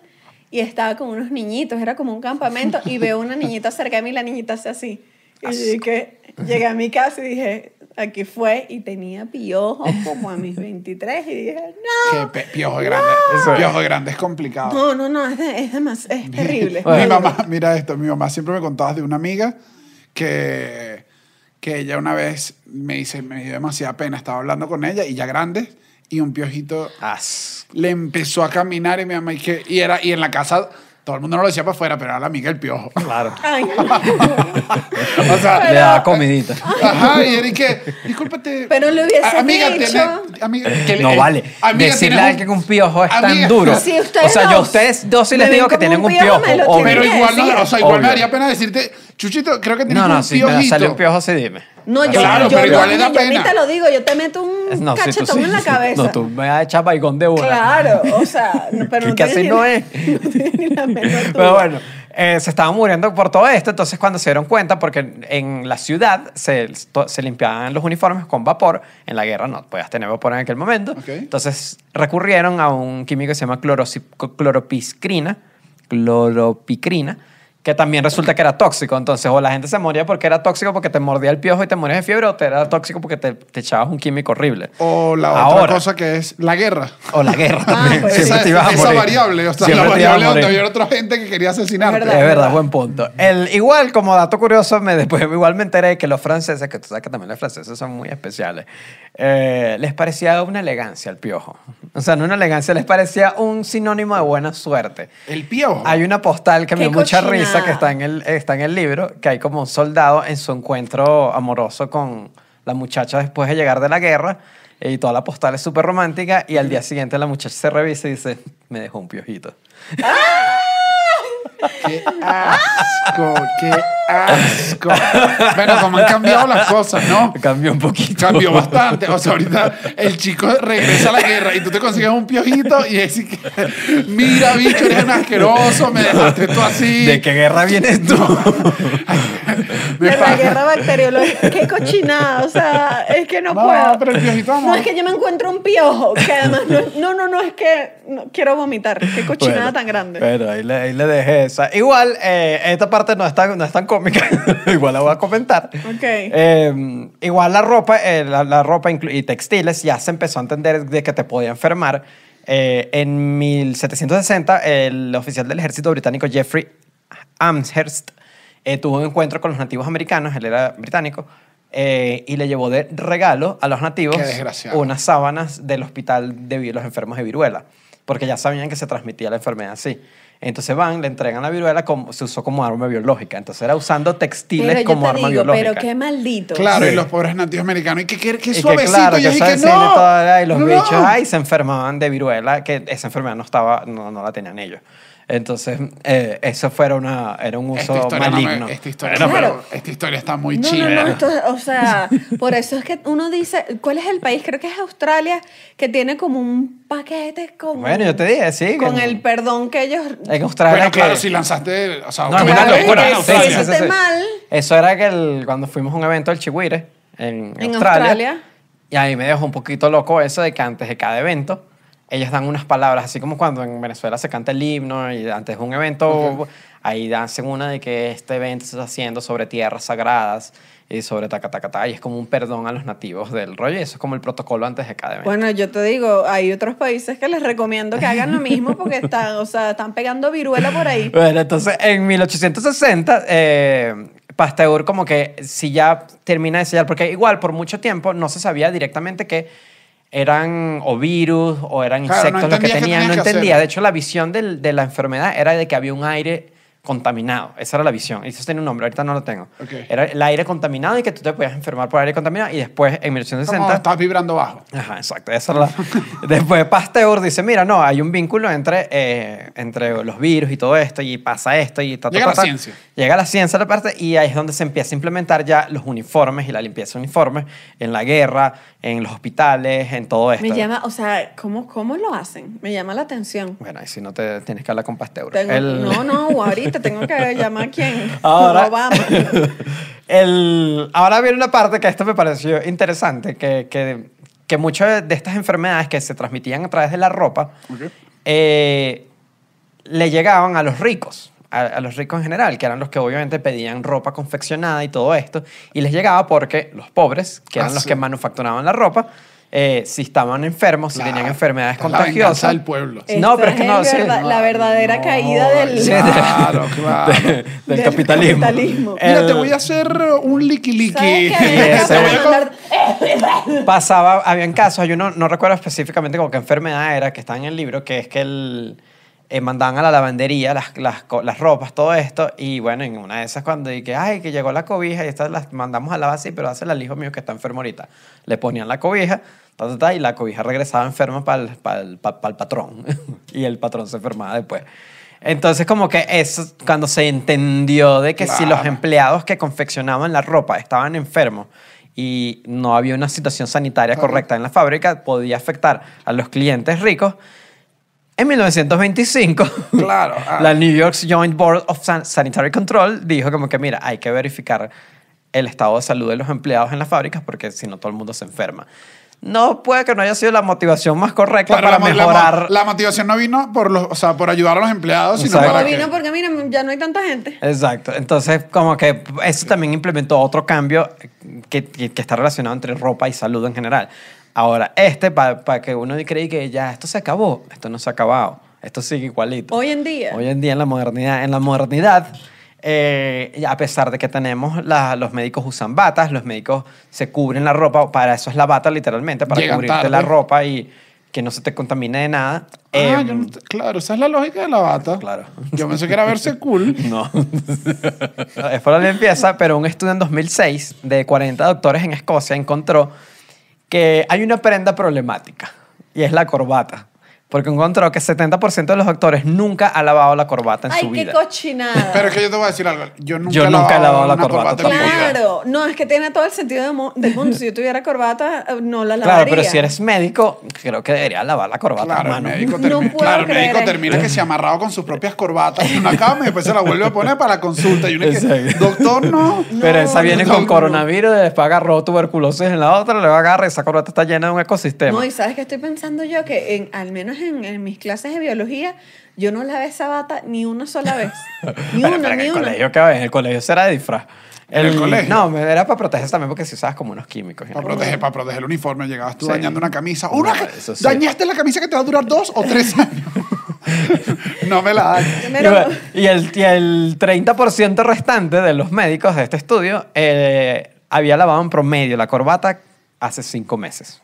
S3: y estaba con unos niñitos, era como un campamento, y veo una niñita cerca de mí y la niñita hace así. Y yo dije, llegué a mi casa y dije, aquí fue, y tenía piojos como a mis 23, y dije,
S1: Qué
S3: no.
S1: pe- piojo grande.
S2: Eso es.
S1: Piojo grande es complicado. [LAUGHS]
S3: No, no, no, es, de- es, demás- es terrible.
S1: mi mamá, mira esto, mi mamá siempre me contaba de una amiga que, que ella una vez me dice, me dio demasiada pena, estaba hablando con ella y ya grande y un piojito
S2: as-
S1: le empezó a caminar y mi mamá y, que, y era y en la casa todo el mundo no lo decía para afuera, pero era la amiga el piojo. [LAUGHS]
S2: Claro.
S3: Ay, no.
S1: o sea,
S2: Le da comidita.
S1: Ajá, y era y que, discúlpate.
S3: Pero le hubiese
S1: a- amiga,
S3: dicho.
S1: tiene- amiga, que-
S2: No
S1: eh,
S2: vale.
S1: amiga,
S2: Decirle
S1: tienes
S2: a
S1: un-
S2: alguien que un piojo es
S1: Amiga.
S2: tan duro.
S3: Si ustedes
S2: o sea, yo a
S3: dos
S2: ustedes dos sí
S3: me
S2: les
S3: ven
S2: digo que
S3: como
S2: tienen
S3: un
S2: un piojo.
S3: piojo, me lo
S2: obvio.
S1: [LAUGHS] Pero
S3: tienen que
S1: igual,
S3: decir.
S1: no, o sea, igual me
S2: Obvio.
S1: daría pena decirte, Chuchito, creo que tienes
S2: No,
S1: un
S2: no, si
S1: piojito.
S2: me salió un piojo, sí dime.
S3: No, yo,
S1: Claro,
S3: yo,
S1: pero igual le da
S3: yo ni
S1: pena.
S3: te lo digo, yo te meto un
S2: No, sí,
S3: cachetón
S2: sí.
S3: en la cabeza.
S2: No, tú me vas a echar baigón de una.
S3: Claro, o sea,
S2: [LAUGHS]
S3: no- pero
S2: Que
S3: no
S2: casi
S3: tienes ni-
S2: no es.
S3: [LAUGHS] no tienes ni la menor duda.
S2: Pero bueno, eh, se estaban muriendo por todo esto, entonces cuando se dieron cuenta, porque en la ciudad se, to- se limpiaban los uniformes con vapor, en la guerra no podías tener vapor en aquel momento,
S1: Ok.
S2: entonces recurrieron a un químico que se llama clorosi- cloropiscrina, cloropicrina, que también resulta que era tóxico, entonces o la gente se moría porque era tóxico porque te mordía el piojo y te morías de fiebre, o te era tóxico porque te, te echabas un químico horrible.
S1: O la
S2: Ahora.
S1: otra cosa que es la guerra.
S2: O la guerra también.
S3: pues
S2: Siempre
S1: esa,
S2: te ibas a
S1: esa
S2: morir.
S1: variable, o sea,
S2: Siempre
S1: la
S2: te ibas a
S1: variable donde
S2: morir.
S1: había otra gente que quería asesinarte.
S3: Es verdad.
S2: Es verdad, buen punto. El, igual, como dato curioso, me, después igual me enteré que los franceses, que tú sabes que también los franceses son muy especiales, eh, les parecía una elegancia el piojo. O sea, no una elegancia, les parecía un sinónimo de buena suerte.
S1: El piojo.
S2: Hay una postal que me
S3: Qué
S2: dio mucha
S3: cochinada.
S2: risa que está en, el, está en el libro, que hay como un soldado en su encuentro amoroso con la muchacha después de llegar de la guerra. eh, Y toda la postal es súper romántica y al día siguiente la muchacha se revisa y dice,
S1: [LAUGHS]
S2: me dejó un piojito.
S1: Qué asco, qué
S2: [LAUGHS]
S1: asco. Bueno, como han cambiado las cosas, ¿no?
S2: Cambió un poquito.
S1: Cambió bastante. O sea, ahorita el chico regresa a la guerra y tú te consigues un piojito y es así que, mira, bicho, eres un asqueroso, me dejaste tú así.
S2: ¿De qué guerra vienes tú?
S1: Me
S3: De la
S1: pasa.
S3: guerra bacteriológica. Qué cochinada. O sea, es que no,
S1: No,
S3: puedo.
S1: pero el piojito, vamos.
S3: No, es que yo me encuentro un piojo. Que además, no, no, no, no, es que no, quiero vomitar. Qué cochinada
S2: Bueno,
S3: tan grande.
S2: Bueno, ahí le, ahí le dejé esa. Igual, eh, esta parte no es tan, no es tan cómica. [LAUGHS] igual la voy a comentar.
S3: Ok.
S2: Eh, igual la ropa, eh, la, la ropa inclu- y textiles ya se empezó a entender de que te podía enfermar. Eh, en 1760, el oficial del ejército británico Jeffrey Amherst eh, tuvo un encuentro con los nativos americanos, él era británico, eh, y le llevó de regalo a los nativos
S1: Qué desgraciado.
S2: unas sábanas del hospital de vi- los enfermos de viruela, porque ya sabían que se transmitía la enfermedad así. Entonces van, le entregan la viruela, como, se usó como arma biológica. Entonces era usando textiles
S3: Pero yo
S2: como
S3: te
S2: arma
S3: digo,
S2: biológica.
S3: Pero qué maldito.
S1: Claro,
S2: Sí.
S1: y los pobres nativos americanos. Y que, que, que
S2: Y que,
S1: suavecito.
S2: claro,
S1: y
S2: que
S1: así que
S2: suavecito y
S1: no.
S2: toda la- y los
S1: no.
S2: bichos, ay, se enfermaban de viruela, que esa enfermedad no estaba, no, no la tenían ellos. Entonces, eh, eso fuera una, era un
S1: Esta
S2: uso
S1: historia, no me-
S2: maligno.
S1: esta, historia
S3: Claro.
S1: pero esta historia está muy
S3: No,
S1: chida.
S3: no, no, esto,
S2: [LAUGHS]
S3: o sea, por eso es que uno dice, ¿cuál es el país? Creo que es Australia, que tiene como un paquete como...
S2: Bueno, yo te dije, sí.
S3: Con
S2: que-
S3: el perdón que ellos...
S2: En Australia.
S1: Bueno, claro,
S2: que-
S1: si lanzaste. O sea,
S2: No,
S1: una
S2: es una
S3: Claro,
S2: locura.
S1: locura en
S3: que
S2: Sí,
S1: Australia.
S2: sí, sí,
S3: hiciste
S2: sí.
S3: mal.
S2: Eso era que el- cuando fuimos a un evento del Chihuire en,
S3: En
S2: Australia,
S3: Australia.
S2: Y ahí me dejó un poquito loco eso de que antes de cada evento ellos dan unas palabras, así como cuando en Venezuela se canta el himno y antes de un evento ahí hacen una de que este evento se está haciendo sobre tierras sagradas y sobre tacatacatá y es como un perdón a los nativos del rollo y eso es como el protocolo antes de cada evento.
S3: Bueno, yo te digo, hay otros países que les recomiendo que hagan lo
S2: [LAUGHS]
S3: mismo porque están, o sea, están pegando viruela por ahí.
S2: Bueno, entonces en 1860, eh, Pasteur como que si ya termina de sellar, porque igual por mucho tiempo no se sabía directamente que eran o virus o eran
S1: Claro, no
S2: insectos los que
S1: entendías qué
S2: tenían, no
S1: tenías que
S2: entendía.
S1: hacer.
S2: De hecho, la visión del- de la enfermedad era de que había un aire contaminado. Esa era la visión. Eso tiene un nombre, ahorita no lo tengo.
S1: Ok.
S2: Era el aire contaminado y que tú te podías enfermar por aire contaminado. Y después, en
S1: Como
S2: 1860...
S1: estás vibrando bajo.
S2: Ajá, exacto. Esa es la... [LAUGHS] Después Pasteur dice, mira, no, hay un vínculo entre, eh, entre los virus y todo esto, y pasa esto, y ta, ta,
S1: Llega
S2: ta,
S1: la
S2: ta.
S1: ciencia.
S2: Llega la ciencia, la parte, y ahí es donde se empieza a implementar ya los uniformes y la limpieza de uniformes en la guerra, en los hospitales, en todo esto.
S3: Me llama, o sea, ¿cómo, cómo lo hacen? Me llama la atención.
S2: Bueno, y si no te tienes que hablar con Pasteur.
S3: Tengo-
S2: El-
S3: No, no, ahorita tengo que llamar a quién.
S2: [LAUGHS] Ahora,
S3: Obama.
S2: el- ahora viene una parte que esto me pareció interesante, que, que, que muchas de estas enfermedades que se transmitían a través de la ropa
S1: Ok.
S2: eh, le llegaban a los ricos, a, a los ricos en general, que eran los que obviamente pedían ropa confeccionada y todo esto, y les llegaba porque los pobres, que eran
S1: Ah,
S2: los
S1: sí.
S2: que manufacturaban la ropa, eh, si estaban enfermos, si
S1: Claro.
S2: tenían enfermedades
S1: Esta es la venganza
S2: contagiosas.
S1: del pueblo.
S2: [LAUGHS] No, pero es
S3: Esta
S2: que no,
S3: el
S2: sí,
S3: verda-
S2: no,
S3: La verdadera
S1: no,
S3: caída del...
S2: Sí,
S1: Claro, claro.
S2: [LAUGHS] del
S3: Del
S2: capitalismo.
S3: capitalismo.
S1: Mira, te
S2: El-
S1: voy a hacer un liqui
S2: [LAUGHS]
S1: liqui.
S3: ¿Sabes qué? Me
S2: Ese-
S3: encanta mandar-
S2: [LAUGHS] eh, pasaba, habían casos, hay uno, no recuerdo específicamente como qué enfermedad era, que está en el libro, que es que el, eh, mandaban a la lavandería las, las, co- las ropas, todo esto, y bueno, en una de esas cuando dije, ay, que llegó la cobija, y estas las mandamos a lavar, sí, pero hace el hijo mío que está enfermo ahorita. Le ponían la cobija, ta, ta, ta, y la cobija regresaba enferma para el, patrón, [LAUGHS] y el patrón se enfermaba después. Entonces, como que eso, cuando se entendió de que si los
S1: Claro.
S2: empleados que confeccionaban la ropa estaban enfermos y no había una situación sanitaria
S1: Claro.
S2: correcta en la fábrica, podía afectar a los clientes ricos. En 1925,
S1: Claro, ah.
S2: [LAUGHS] la New York's Joint Board of San- Sanitary Control dijo como que, mira, hay que verificar el estado de salud de los empleados en las fábricas porque si no todo el mundo se enferma. No puede que no haya sido la motivación más correcta
S1: Claro,
S2: para
S1: la, la-
S2: mejorar.
S1: La, motivación no vino por los, o sea, por ayudar a los empleados, sino
S2: Exacto.
S1: para
S3: No
S1: que-
S3: vino porque, mira, ya no hay tanta
S2: Eh,
S3: gente.
S2: Exacto. Entonces, como que eso también implementó otro cambio que, que- que está relacionado entre ropa y salud en general. Ahora, este, para que uno cree que ya esto se acabó, esto no se ha acabado, esto sigue igualito.
S3: Hoy en día.
S2: Hoy en día en la modernidad, en la modernidad eh, a pesar de que tenemos la- los médicos usan batas, los médicos se cubren la ropa, para eso es la bata literalmente, para
S1: Llegan
S2: cubrirte
S1: tarde.
S2: la ropa y que no se te contamine de nada.
S1: Ah,
S2: Em,
S1: yo no te- claro, esa es la lógica de la bata.
S2: Claro.
S1: Yo pensé que era verse
S2: [LAUGHS]
S1: cool.
S2: No. es por Eh, la limpieza, pero un estudio en 2006 de 40 doctores en Escocia encontró que hay una prenda problemática y es la corbata. porque encontró que 70% de los actores nunca ha lavado la corbata en
S3: Ay,
S2: su
S3: qué
S2: vida.
S3: cochinada.
S1: Pero es que yo te voy a decir algo. Yo nunca,
S2: Yo
S1: he
S2: nunca he lavado la
S1: una
S2: corbata
S1: en mi vida.
S3: Claro, no, es que tiene todo el sentido de mu- del mundo. Si yo tuviera corbata, eh, no la lavaría.
S2: Claro, pero si eres médico, creo que deberías lavar la corbata,
S1: Claro, el
S2: hermano.
S1: médico,
S2: [LAUGHS]
S3: No
S1: termina,
S3: puedo
S1: claro, el
S3: creer
S1: médico
S3: esto.
S1: termina que se ha amarrado con sus propias corbatas en una cama y después se la vuelve a poner para la consulta. Y uno es que,
S2: Exacto.
S1: doctor, no.
S2: Pero
S3: No,
S2: esa viene
S1: no,
S2: con
S1: no.
S2: coronavirus, después agarró tuberculosis en la otra, le agarra y esa corbata está llena de un ecosistema.
S3: No, y sabes que estoy pensando yo que en, al menos en, en mis clases de biología, yo no lavé esa bata ni una sola
S2: [LAUGHS]
S3: vez. Ni
S2: Pero,
S3: una,
S2: pero en
S3: ni
S2: el
S3: una.
S2: colegio, ¿qué ves? En el colegio será de disfraz.
S1: ¿En el colegio?
S2: No, me era para protegerse también porque si usabas como unos químicos.
S1: Para proteger, para proteger el uniforme, llegabas tú
S2: Sí.
S1: dañando una camisa. Una,
S2: No,
S1: ca-
S2: eso sí.
S1: Dañaste la camisa que te va a durar dos o
S2: [LAUGHS]
S1: tres años. no me la dañes.
S3: Pero-
S2: Y bueno, y, el, y el 30% restante de los médicos de este estudio eh, había lavado en promedio la corbata hace cinco meses.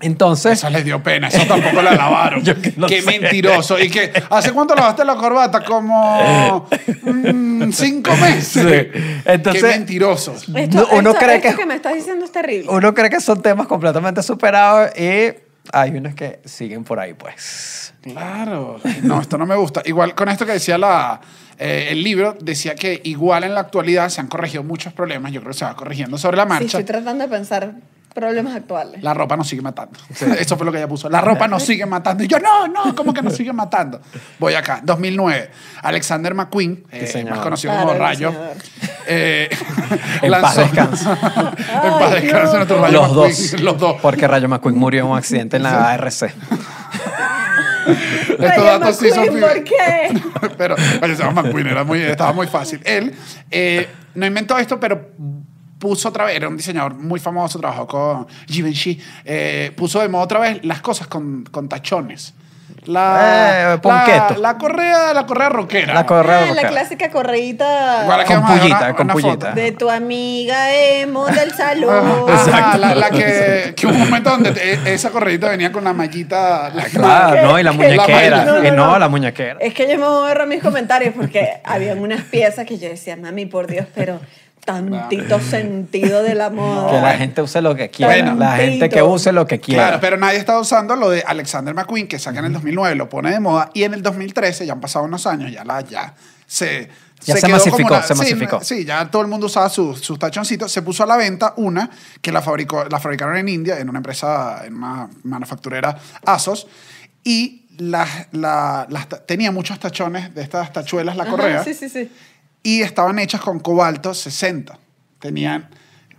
S2: Entonces,
S1: Eso les dio pena, eso tampoco la lavaron.
S2: [LAUGHS] Yo que no
S1: Qué
S2: sé.
S1: mentiroso. ¿Y que ¿Hace cuánto lavaste la corbata? Como mm, cinco meses.
S2: Sí. Entonces-
S1: Qué mentirosos.
S3: Esto,
S2: No, uno
S3: esto-
S2: cree
S3: esto
S2: que-
S3: que... me estás diciendo es terrible.
S2: uno cree que son temas completamente superados y hay unos que siguen por ahí, pues.
S1: Claro. No, esto no me gusta. Igual con esto que decía la, eh, el libro, decía que igual en la actualidad se han corregido muchos problemas. Yo creo que se va corrigiendo sobre la
S3: Sí,
S1: marcha.
S3: estoy tratando de pensar problemas actuales.
S1: la ropa nos sigue matando. [LAUGHS] Eso fue lo que ella puso. La ropa nos sigue matando. Y yo, no, no, ¿cómo que nos sigue matando? Voy acá. 2009. Alexander McQueen, eh,
S2: Diseñador.
S1: más conocido
S3: Claro,
S1: como Rayo.
S3: diseñador.
S1: eh,
S2: En paz
S1: [LAUGHS]
S2: descanse.
S1: en paz descanse
S3: Ay, Dios.
S1: nuestro Rayo
S2: los
S1: McQueen.
S2: dos.
S1: Los dos.
S2: Porque Rayo McQueen murió en un accidente en la ARC.
S1: Estos
S3: Rayo
S1: datos sí son
S3: McQueen,
S2: [LAUGHS]
S3: ¿por qué?
S1: [LAUGHS] pero oye, se llama McQueen, era muy, estaba muy fácil. Él eh, no inventó esto, pero puso otra vez, era un diseñador muy famoso, trabajó con Givenchy, eh, puso de moda otra vez las cosas con, con tachones. La,
S2: Eh, ponqueto.
S1: la, la correa, la correa rockera.
S2: La correa-
S3: Ah, la
S2: rockera.
S3: clásica correíta
S1: Igual aquí
S2: Con
S1: vamos a dejar
S2: pullita,
S1: una-
S2: con
S1: una
S2: pullita.
S1: foto.
S3: de tu amiga
S2: [LAUGHS]
S3: Emo del
S1: Ah,
S3: salón.
S1: Ajá, la, la que, que hubo un momento donde te- esa correita venía con la mallita. La,
S2: Claro, ¿no? Y la
S3: ¿Qué?
S2: muñequera.
S1: No,
S3: no,
S2: y no,
S3: no.
S2: la muñequera.
S3: Es que yo me borro mis comentarios
S2: [LAUGHS]
S3: porque habían unas piezas que yo decía, mami, por Dios, pero tantito sentido
S2: [LAUGHS]
S3: de la moda.
S2: Que la gente use lo que quiera.
S1: Bueno.
S2: la gente que use lo que quiera.
S1: Claro, pero nadie está usando lo de Alexander McQueen, que saca en el 2009, lo pone de moda, y en el 2013, ya han pasado unos años, ya, la, ya se...
S2: Ya
S1: quedó
S2: se
S1: como
S2: masificó, se
S1: sí,
S2: masificó.
S1: Sí, ya todo el mundo usaba sus, sus tachoncitos. Se puso a la venta una que la, fabricó, la fabricaron en India, en una empresa, en una manufacturera ASOS, y las, la- las ta- tenía muchos tachones de estas tachuelas, la
S3: Ajá,
S1: correa
S3: Sí, sí, sí.
S1: y estaban hechas con cobalto 60. Tenían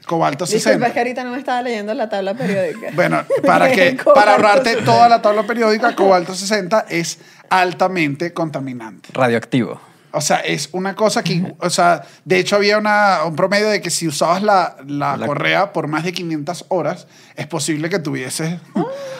S1: cobalto
S3: Disculpa,
S1: 60.
S3: es que ahorita no me estaba leyendo la tabla periódica.
S1: Bueno,
S3: [LAUGHS]
S1: para que para
S3: Cobalto
S1: ahorrarte
S3: 60.
S1: toda la tabla periódica, cobalto 60 es altamente contaminante.
S2: Radioactivo.
S1: O sea, es una cosa que, o sea, de hecho había una, un promedio de que si usabas la, la
S2: La-
S1: correa por más de 500 horas, es posible que tuvieses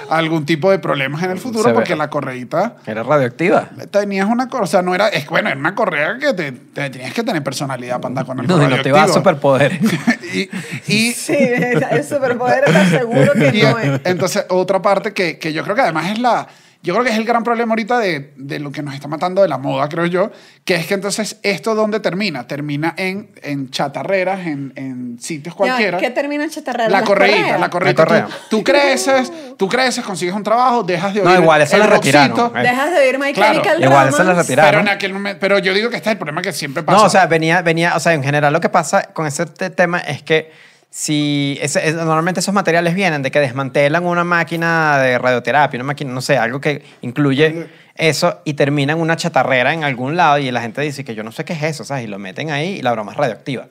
S1: algún tipo de problemas en el futuro
S2: Severo.
S1: porque la correita eh,
S2: Era radioactiva.
S1: tenías una cosa, o sea, no era, es bueno, era una correa que te, te tenías que tener personalidad para andar con el
S2: No, y no te iba a
S1: radioactivo.
S2: superpoderes.
S1: [LAUGHS] y,
S2: [LAUGHS]
S1: y-
S3: Sí, [LAUGHS] el superpoder está seguro que
S1: [LAUGHS] y eh,
S3: no es.
S1: entonces otra parte que, que yo creo que además es la yo creo que es el gran problema ahorita de, de lo que nos está matando de la moda, creo yo, que es que entonces esto dónde termina? Termina en, en chatarreras, en, en sitios cualquiera.
S3: ¿Qué termina en chatarrera?
S1: La
S3: Las
S1: correíta,
S3: correas.
S1: la correíta.
S2: La correa.
S1: Tú, tú creces, tú creces, consigues un trabajo, dejas de
S2: No,
S1: oír
S2: igual, eso
S1: el
S2: la retiraron.
S1: rockcito,
S2: Eh,
S3: Dejas de oír My
S1: Claro.
S3: Chemical
S2: Igual, esa la
S3: Romance.
S2: retira-
S1: pero,
S2: tiraron.
S1: en aquel momento, pero yo digo que este es el problema que siempre pasa.
S2: No, o sea, venía, venía, o sea, en general lo que pasa con ese te- tema es que si ese- es- normalmente esos materiales vienen de que desmantelan una máquina de radioterapia, una máquina, no sé, algo que incluye eso y terminan una chatarrera en algún lado y la gente dice que yo no sé qué es eso, ¿sabes? Y lo meten ahí y la broma es radioactiva,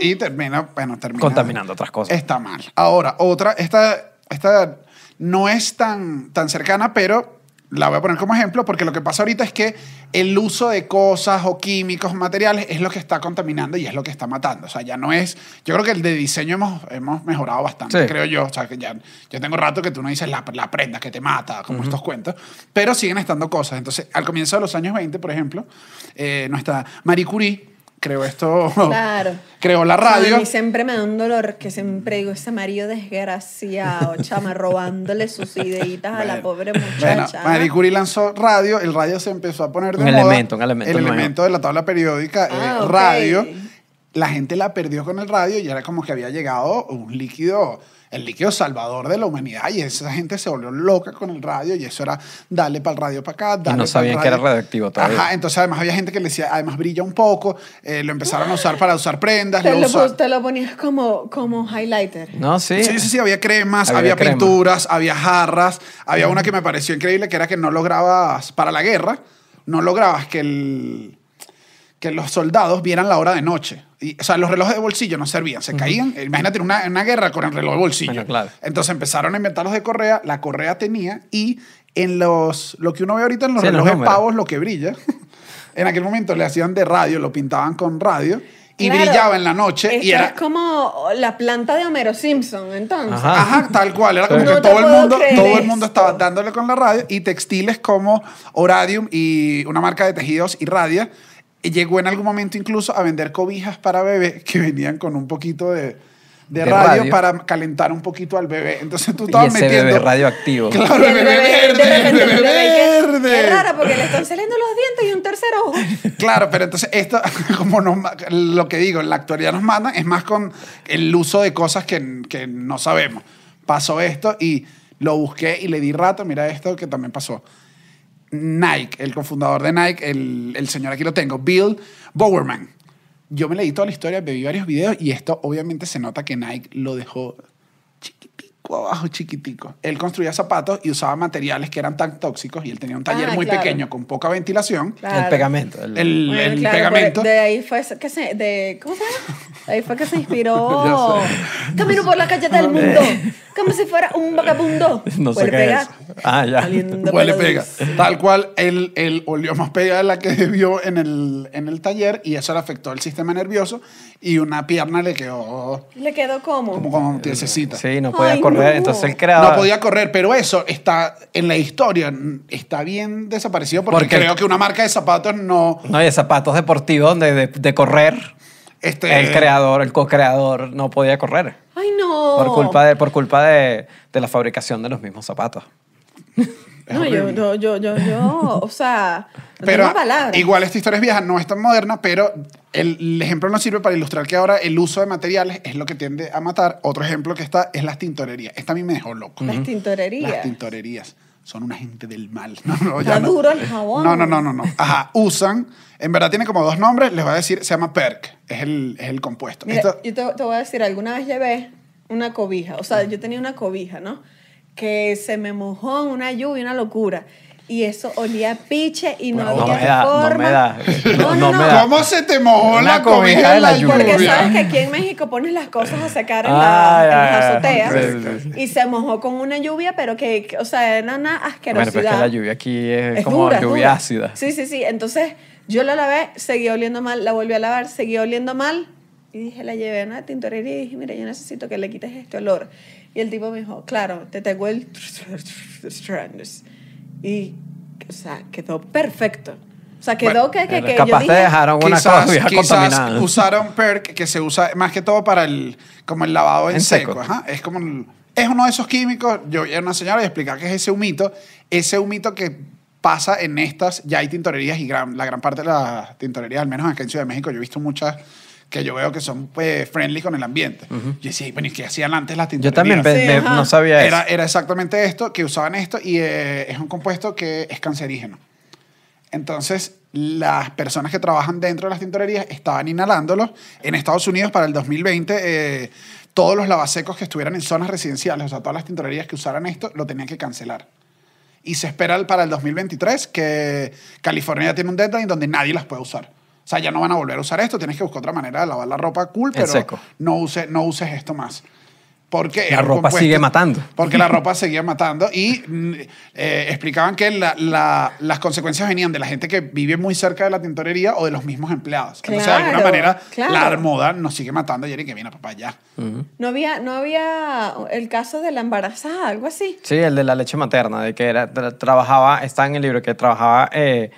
S1: y termina, bueno, termina.
S2: contaminando otras cosas.
S1: Está mal. Ahora, otra, esta, esta no es tan, tan cercana, pero la voy a poner como ejemplo porque lo que pasa ahorita es que el uso de cosas o químicos, materiales, es lo que está contaminando y es lo que está matando. O sea, ya no es... Yo creo que el de diseño hemos, hemos mejorado bastante,
S2: Sí.
S1: creo yo. O sea, que ya, yo tengo rato que tú no dices la, la prenda que te mata, como estos cuentos, pero siguen estando cosas. Entonces, al comienzo de los años 20, por ejemplo, eh, nuestra Marie Curie creó esto... [LAUGHS]
S3: Claro.
S1: creó la radio.
S3: A mí siempre me da un dolor que siempre digo ese
S1: [LAUGHS]
S3: marido desgraciado, chama, robándole sus ideitas a la
S1: Bueno,
S3: pobre
S1: Bueno,
S3: muchacha.
S1: Marie Curie lanzó radio, el radio se empezó a poner de
S2: Un
S1: moda.
S2: elemento, un elemento
S1: El
S2: nuevo.
S1: elemento de la tabla periódica, eh,
S3: Ah, ok.
S1: radio. la gente la perdió con el radio y era como que había llegado un líquido, el líquido salvador de la humanidad y esa gente se volvió loca con el radio y eso era dale para el radio para acá, dale
S2: no
S1: pa'l
S2: sabían que
S1: radio.
S2: era radioactivo todavía.
S1: Ajá, entonces además había gente que le decía, además brilla un poco, eh, lo empezaron a usar para usar prendas,
S3: Te
S1: lo
S3: lo,
S1: usaron-
S3: pon- te lo ponías como, como highlighter.
S2: No, sí.
S1: Sí, sí, sí, había cremas,
S2: Había
S1: había,
S2: crema.
S1: pinturas, había jarras, había una que me pareció increíble que era que no lograbas, para la guerra, no lograbas que, el, que los soldados vieran la hora de noche. Y, o sea, los relojes de bolsillo no servían, se caían. Imagínate una, una guerra con el reloj de bolsillo.
S2: Bueno, claro.
S1: Entonces empezaron a inventar los de correa, la correa tenía y en los, lo que uno ve ahorita en los
S2: Sí, los
S1: relojes
S2: números.
S1: pavos, lo que brilla, [LAUGHS] en aquel momento le hacían de radio, lo pintaban con radio. Y
S3: Claro.
S1: brillaba en la noche
S3: Esto
S1: y era
S3: es como la planta de Homero Simpson, entonces.
S2: Ajá.
S1: Ajá, tal cual. Era como
S2: No
S1: que
S3: te
S1: todo el,
S3: puedo
S1: mundo,
S3: creer
S1: todo el mundo
S3: esto.
S1: estaba dándole con la radio y textiles como Oradium y una marca de tejidos y Radia y llegó en algún momento incluso a vender cobijas para bebés que venían con un poquito de, de
S2: De
S1: radio,
S2: radio.
S1: para calentar un poquito al bebé. Entonces tú
S2: Y
S1: estabas
S2: ese
S1: metiendo... [LAUGHS]
S2: bebé radioactivo.
S1: [LAUGHS] Claro, el
S3: Y el
S1: bebé
S3: bebé- de
S1: verde, el
S3: repente el
S1: bebé
S3: bebé
S1: verde.
S3: que- Qué raro, porque le están saliendo los dientes y un tercer ojo.
S1: [LAUGHS] Claro, pero entonces esto, [LAUGHS] como nos ma- lo que digo, en la actualidad nos mandan, es más con el uso de cosas que, que no sabemos. Pasó esto y lo busqué y le di rato, mira esto que también pasó. Nike, el cofundador de Nike, el, el señor aquí lo tengo, Bill Bowerman. Yo me leí toda la historia, vi varios videos y esto obviamente se nota que Nike lo dejó chiquitico abajo, chiquitico. Él construía zapatos y usaba materiales que eran tan tóxicos y él tenía un taller
S3: Ah,
S1: muy
S3: claro.
S1: pequeño con poca ventilación.
S3: Claro.
S2: El pegamento. el-
S1: El,
S3: Bueno,
S1: el
S3: claro,
S1: pegamento.
S3: por- De ahí fue que se, de, ¿cómo se llama? Ahí fue
S1: [LAUGHS]
S3: que se inspiró.
S1: Ya
S3: Camino por la calle del mundo, como si fuera un vagabundo.
S2: No sé
S3: Huele
S2: qué
S3: pega,
S2: es. Ah, ya.
S3: oliendo
S1: Huele
S3: pelo
S1: pega.
S3: dulce.
S1: Tal cual, él, él olió más pega de la que debió en el, en el taller y eso le afectó el sistema nervioso y una pierna le quedó
S3: Le quedó como.
S1: como, como tiesecita.
S2: Sí, no podía
S3: Ay,
S2: correr.
S3: no.
S2: Entonces él creaba.
S1: No podía correr, pero eso está en la historia, mm, está bien desaparecido porque,
S2: Porque-
S1: creo que una marca de zapatos no...
S2: No, y de zapatos deportivos donde de, de correr.
S1: Este,
S2: El creador, el co-creador, no podía correr.
S3: Ay, no.
S2: Por culpa, de, por culpa de, de la fabricación de los mismos zapatos.
S1: Es
S3: No, yo,
S1: horrible.
S3: yo, yo, yo, yo, o sea, no
S1: Pero
S3: tengo palabras.
S1: igual esta historia es vieja, no es tan moderna, pero el, el ejemplo nos sirve para ilustrar que ahora el uso de materiales es lo que tiende a matar. Otro ejemplo que está es las tintorerías. Esta a mí me dejó loco.
S3: Las tintorerías.
S1: Las tintorerías son una gente del mal. [LAUGHS] No, no, ya
S3: Está
S1: no.
S3: duro el jabón.
S1: No, no, no, no, no. Ajá, usan, en verdad tiene como dos nombres, les voy a decir, se llama PERC, es el, es el compuesto.
S3: Mira,
S1: Esto-
S3: yo te, te voy a decir, alguna vez llevé una cobija, o sea, yo tenía una cobija, ¿no? Que se me mojó en una lluvia, una locura. Y eso olía a piche y no
S1: Bueno,
S2: no
S3: había
S2: me da, no
S3: forma.
S2: me da. No,
S3: No,
S2: no
S3: no,
S2: me da.
S1: ¿Cómo se te mojó
S2: Una
S1: la cobija en la
S3: Porque sabes que
S1: lluvia?
S3: aquí en México pones las cosas a secar en,
S2: Ah,
S3: la- en
S2: ya,
S3: las
S2: ya,
S3: azoteas
S2: ya. Sí, sí,
S3: y se mojó con una lluvia, pero que, que, o sea, era una
S2: Bueno,
S1: pues
S3: asquerosidad.
S2: pero es que la lluvia aquí es,
S3: Es
S2: como
S3: dura, es
S2: lluvia
S3: dura.
S2: ácida.
S3: Sí, sí, sí. Entonces yo la lavé, seguía oliendo mal, la volví a lavar, seguía oliendo mal. Y dije, la llevé a una tintorería y dije, mira, yo necesito que le quites este olor. Y el tipo me dijo, claro, te tengo el... Y, o sea, quedó perfecto. O sea, quedó
S1: Bueno,
S3: que, que,
S2: Pero
S3: que yo
S2: eh, capaz
S3: dije...
S2: te dejaron una cobija contaminada.
S1: usaron PERC, que se usa más que todo para el, como el lavado en,
S2: En
S1: seco.
S2: seco.
S1: ajá. Es como el- es uno de esos químicos. Yo era una señora y explicaba que es ese humito, ese humito que pasa en estas, ya hay tintorerías y gran, la gran parte de las tintorerías, al menos acá en Ciudad de México, yo he visto muchas que yo veo que son pues, friendly con el ambiente. Yo decía, "Ay, bueno, ¿y qué hacían antes las
S2: Yo
S1: tintorerías?
S2: también pe-
S3: Sí,
S2: me-
S3: ajá.
S2: no sabía
S1: Era,
S2: eso.
S1: era exactamente esto, que usaban esto y eh, es un compuesto que es cancerígeno. Entonces, las personas que trabajan dentro de las tintorerías estaban inhalándolos. En Estados Unidos, para el 2020, eh, todos los lavasecos que estuvieran en zonas residenciales, o sea, todas las tintorerías que usaran esto, lo tenían que cancelar. Y se espera el- para el 2023 que California ya tiene un deadline donde nadie las puede usar. O sea, ya no van a volver a usar esto, tienes que buscar otra manera de lavar la ropa cool, pero
S2: seco.
S1: No, use, no uses esto más. Porque
S2: La
S1: era un
S2: ropa
S1: compuesto-
S2: sigue matando.
S1: Porque la ropa seguía matando y mm, eh, explicaban que la- la- las consecuencias venían de la gente que vive muy cerca de la tintorería o de los mismos empleados. Entonces, de alguna
S3: Claro,
S1: manera, la
S3: claro.
S1: moda nos sigue matando y era que viene papá ya.
S3: No había, no había el caso de la embarazada, algo así.
S2: Sí, el de la leche materna, de que era, tra- trabajaba, está en el libro, que trabajaba, eh,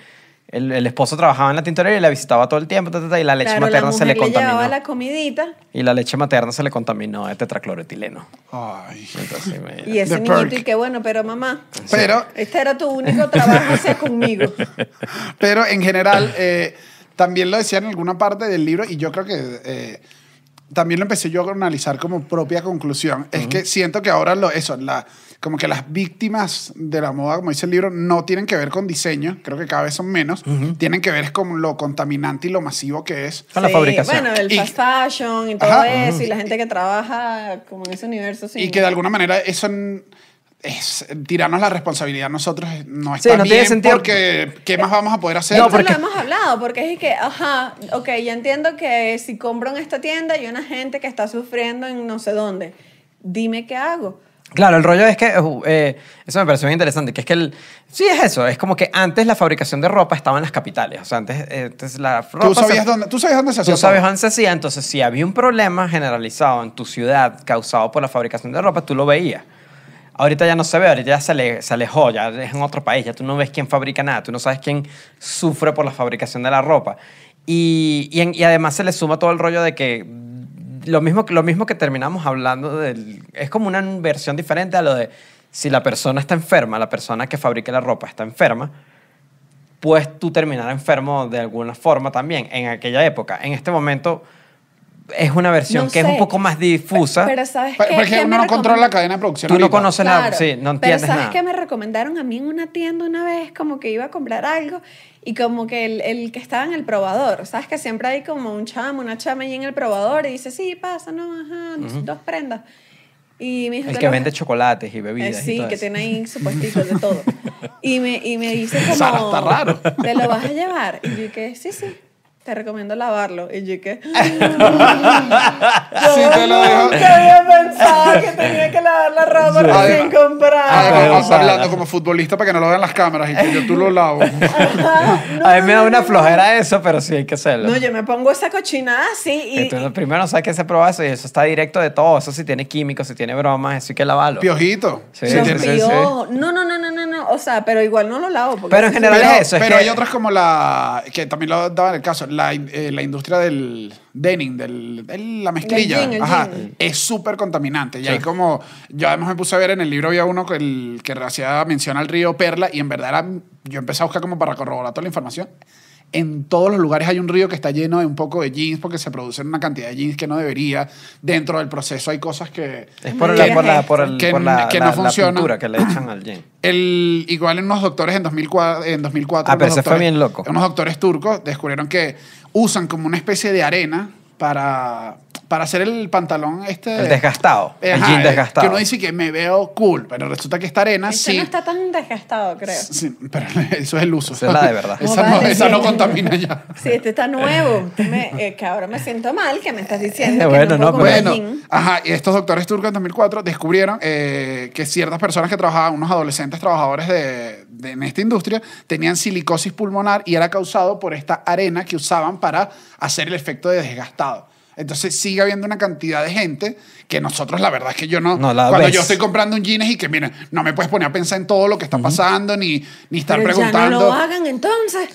S2: el, el esposo trabajaba en la tintorería y la visitaba todo el tiempo, ta, ta, ta, y la leche
S3: claro, la
S2: materna
S3: mujer
S2: se le
S3: le llevaba
S2: contaminó.
S3: la comidita
S2: Y la leche materna se le contaminó de tetracloretileno.
S1: Ay.
S2: Entonces, imagínate.
S3: [LAUGHS] y ese
S1: The
S3: niñito
S1: perk.
S3: y qué bueno, pero mamá,
S1: Pero
S3: este era tu único trabajo, o sea, conmigo.
S1: Pero en general, eh, También lo decía en alguna parte del libro y yo creo que eh, también lo empecé yo a analizar como propia conclusión. Es que siento que ahora lo, eso, la, como que las víctimas de la moda, como dice el libro, no tienen que ver con diseño, creo que cada vez son menos, tienen que ver es con lo contaminante y lo masivo que es.
S2: Con la
S3: Sí,
S2: fabricación.
S3: Bueno, el
S1: Y-
S3: fast fashion y todo
S1: Ajá.
S3: eso, y la gente que trabaja como en ese universo. sin-
S1: Y que de alguna manera eso n- es tirarnos la responsabilidad a nosotros no está
S2: no
S1: bien
S2: tiene sentido.
S1: porque ¿qué más vamos a poder hacer?
S2: No,
S3: Eso
S2: porque-
S3: lo hemos hablado, porque es que, ajá, ok, ya entiendo que si compro en esta tienda hay una gente que está sufriendo en no sé dónde. Dime qué hago.
S2: Claro, el rollo es que, uh, eh, eso me pareció muy interesante, que es que el, sí es eso, es como que antes la fabricación de ropa estaba en las capitales, o sea, antes, eh, antes la ropa...
S1: ¿Tú
S2: se-
S1: sabías, dónde, tú sabías dónde se hacía
S2: Tú sabes
S1: todo?
S2: dónde se hacía, entonces si había un problema generalizado en tu ciudad causado por la fabricación de ropa, tú lo veías. Ahorita ya no se ve, ahorita ya se, ale- se alejó, ya es en otro país, ya tú no ves quién fabrica nada, tú no sabes quién sufre por la fabricación de la ropa. Y, y en- y además se le suma todo el rollo de que lo mismo, lo mismo que terminamos hablando del, es como una versión diferente a lo de si la persona está enferma, la persona que fabrica la ropa está enferma, pues tú terminar enfermo de alguna forma también en aquella época. En este momento es una versión
S3: No
S2: que es
S3: sé.
S2: un poco más difusa.
S3: Pero, ¿sabes
S1: Pa-
S3: qué?
S1: Porque
S3: ¿Qué me
S1: uno no controla la
S3: recomiendas?
S1: cadena de producción.
S2: Tú no
S1: ahorita.
S2: conoces nada, sí, no entiendes
S3: Pero ¿sabes
S2: nada.
S3: qué me recomendaron a mí en una tienda una vez? Como que iba a comprar algo y como que el, el que estaba en el probador, ¿sabes? Que siempre hay como un chamo, una chama ahí en el probador y dice, sí, pasa, no, ajá, dos prendas. Y me dijo,
S2: El
S3: "Te
S2: que
S3: lo-
S2: vende chocolates y bebidas.
S3: eh,
S2: y
S3: sí,
S2: todo
S3: que
S2: eso. [LAUGHS]
S3: tiene ahí su puestito de todo. Y me, y me dice como...
S1: Sara, está raro.
S3: ¿Te lo vas a llevar? Y yo que, sí, sí. Te recomiendo lavarlo. Y yo
S2: [LAUGHS]
S3: que...
S1: Sí, te lo dejo.
S3: Nunca había pensado que tenía que lavar la ropa
S1: Sí.
S3: recién comprada.
S2: Además-
S1: Ah,
S2: Gonzalo.
S1: hablando como futbolista para que no lo vean las cámaras y que yo tú lo
S2: [LAUGHS]
S1: lavo.
S3: Ajá. Ah, No,
S2: a mí me da
S3: no,
S2: una
S3: no,
S2: flojera eso, pero sí hay que hacerlo.
S3: No, yo me pongo esa cochinada así
S2: Que
S3: y...
S2: tú no- primero sabes que se prueba eso y eso está directo de todo. Eso sí tiene químicos, si tiene bromas, eso hay que lavarlo.
S1: Piojito.
S2: Sí,
S3: y
S1: Sí,
S3: los
S1: tiene-
S2: sí, sí.
S3: piojos. No, no, no, no, no, no. O sea, pero igual no lo lavo. porque este
S2: Pero en
S3: sí-
S2: general
S1: pero,
S2: es eso. es
S1: pero
S2: que-
S1: hay otras como la que también lo daba en el caso la, in- eh, la industria del denim del, el- la mezclilla
S3: Del jean, el
S1: ajá,
S3: jean.
S1: es súper contaminante y
S2: Sí.
S1: hay como yo además me puse a ver en el libro había uno que, el, que hacía mención al río Perla y en verdad era- yo empecé a buscar como para corroborar toda la información en todos los lugares hay un río que está lleno de un poco de jeans porque se producen una cantidad de jeans que no debería. Dentro del proceso hay cosas que...
S2: Es por,
S3: Ay,
S2: la, por, la,
S3: esto.
S2: por, el-
S1: Que
S2: por la,
S1: n- que
S2: la-
S1: no
S2: la
S1: funciona.
S2: pintura que le echan al
S1: [LAUGHS]
S2: jean.
S1: El, igual en unos doctores en 2004. En 2004
S2: Ah, pero
S1: unos
S2: ese fue
S1: doctores-
S2: bien loco.
S1: Unos doctores turcos descubrieron que usan como una especie de arena para, para hacer el pantalón este.
S2: El desgastado. el
S1: Ajá,
S2: jean
S1: eh,
S2: desgastado.
S1: Que uno dice que me veo cool, pero resulta que esta arena
S3: Este
S1: sí.
S3: no está tan desgastado, creo.
S1: sí, pero [LAUGHS] eso es el uso.
S2: Esa es la de verdad.
S1: esa,
S3: Como
S1: no,
S3: vas
S1: esa no
S3: diciendo.
S1: contamina ya.
S3: Sí, este
S2: [LAUGHS]
S3: está nuevo. Tú me- eh, que ahora me siento mal que me estás diciendo.
S2: Eh,
S3: que
S2: bueno,
S3: no, puedo
S2: no,
S3: comprar
S2: pero-
S1: Bueno,
S3: jean.
S1: ajá, y estos doctores turcos en 2004 descubrieron eh, que ciertas personas que trabajaban, unos adolescentes trabajadores de, de- en esta industria, tenían silicosis pulmonar y era causado por esta arena que usaban para hacer el efecto de desgastado. Entonces sigue habiendo una cantidad de gente que nosotros la verdad es que yo no...
S2: No la
S1: cuando
S2: ves.
S1: yo estoy comprando un jeans y que miren, no me puedes poner a pensar en todo lo que está pasando ni, ni estar
S3: Pero ya
S1: preguntando.
S3: no lo hagan entonces.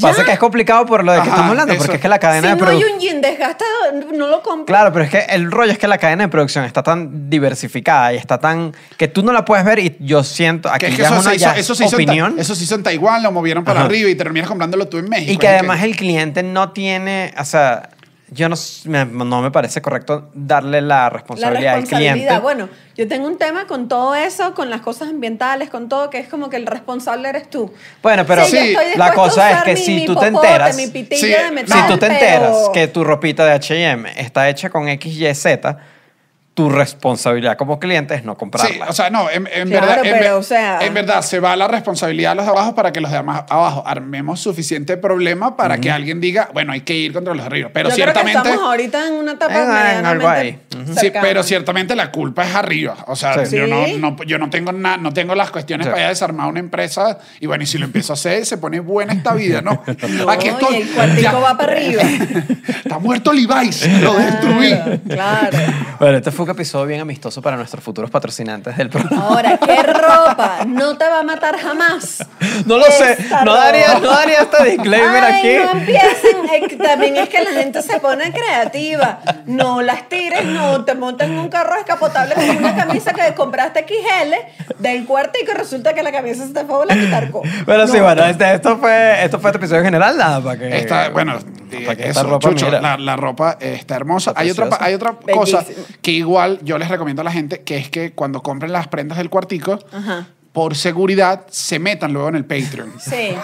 S2: Pasa
S3: Ya.
S2: que es complicado por lo de que
S1: Ajá,
S2: estamos hablando,
S1: eso.
S2: porque es que la cadena
S3: si
S2: de
S3: no hay
S2: producción.
S3: un jean desgastado, no lo compro.
S2: Claro, pero es que el rollo es que la cadena de producción está tan diversificada y está tan. que tú no la puedes ver y yo siento.
S1: Que
S2: aquí
S1: es que
S2: ya
S1: eso,
S2: es una
S1: se hizo,
S2: ya
S1: eso se hizo en Ta-
S2: opinión.
S1: eso se hizo en Taiwán, lo movieron para
S2: Ajá.
S1: arriba y terminas comprándolo tú en México.
S2: y que
S1: Es
S2: además el cliente no tiene. o sea, yo no, s- me- no me parece correcto darle la
S3: la
S2: responsabilidad, al cliente.
S3: responsabilidad. Bueno, yo tengo un tema con todo eso, con las cosas ambientales, con todo, que es como que el responsable eres tú.
S2: Bueno, pero
S1: Sí,
S3: yo estoy
S2: la
S3: dispuesta a
S2: cosa es
S3: usar
S2: que
S3: mi-
S2: si
S3: mi
S2: tú te
S3: popote,
S2: enteras,
S3: mi pitillo
S1: Sí,
S3: de
S1: no.
S2: si
S3: metal,
S2: tú te enteras
S3: pero-
S2: que tu ropita de H&M está hecha con XYZ, tu responsabilidad como cliente es no comprarla.
S1: Sí, o sea, no, en, en
S3: Claro,
S1: verdad. en
S3: pero,
S1: ver-
S3: o sea-
S1: en verdad, se va la responsabilidad a los de abajo para que los de ama- abajo armemos suficiente problema para que alguien diga, bueno, hay que ir contra los de arriba. Pero
S3: yo
S1: ciertamente.
S3: creo que estamos ahorita en una etapa
S2: En- en algo ahí.
S3: medianamente
S1: Sí,
S3: cercana.
S1: pero ciertamente la culpa es arriba. O sea,
S2: Sí.
S1: yo, no,
S3: Sí.
S1: no- yo no tengo na- no tengo las cuestiones
S2: Sí.
S1: para ir a desarmar una empresa. Y bueno, y si lo empiezo a hacer, se pone buena esta vida,
S2: [LAUGHS]
S1: ¿no?
S3: No,
S1: Aquí estoy.
S3: y el cuartico
S1: Ya.
S3: va para arriba.
S1: Está muerto Levi's. Lo destruí.
S3: Claro, claro.
S2: Bueno, este fue fue un episodio bien amistoso para nuestros futuros patrocinantes del programa.
S3: Ahora, ¿qué ropa? No te va a matar jamás.
S2: [LAUGHS] No lo sé,
S3: Esa
S2: no
S3: ropa.
S2: daría, no daría este disclaimer
S3: Ay,
S2: aquí.
S3: No empiecen. Eh, También es que la gente se pone creativa. No las tires, no te montes en un carro escapotable con una camisa que compraste XL del cuarto y que resulta que la camisa se te fue a volar y tarco.
S2: Pero sí,
S3: No.
S2: bueno, este- esto fue esto fue este episodio en general, nada, para que...
S1: Esta, bueno, eh,
S2: para Eh, que
S1: eso,
S2: esta ropa,
S1: Chucho,
S2: mira.
S1: la, la ropa eh, está hermosa.
S2: Está
S1: hay, otra, pa-
S2: preciosa.
S1: hay otra
S3: Bellísima.
S1: cosa que igual yo les recomiendo a la gente, que es que cuando compren las prendas del cuartico,
S3: Ajá.
S1: por seguridad, se metan luego en el Patreon.
S3: Sí.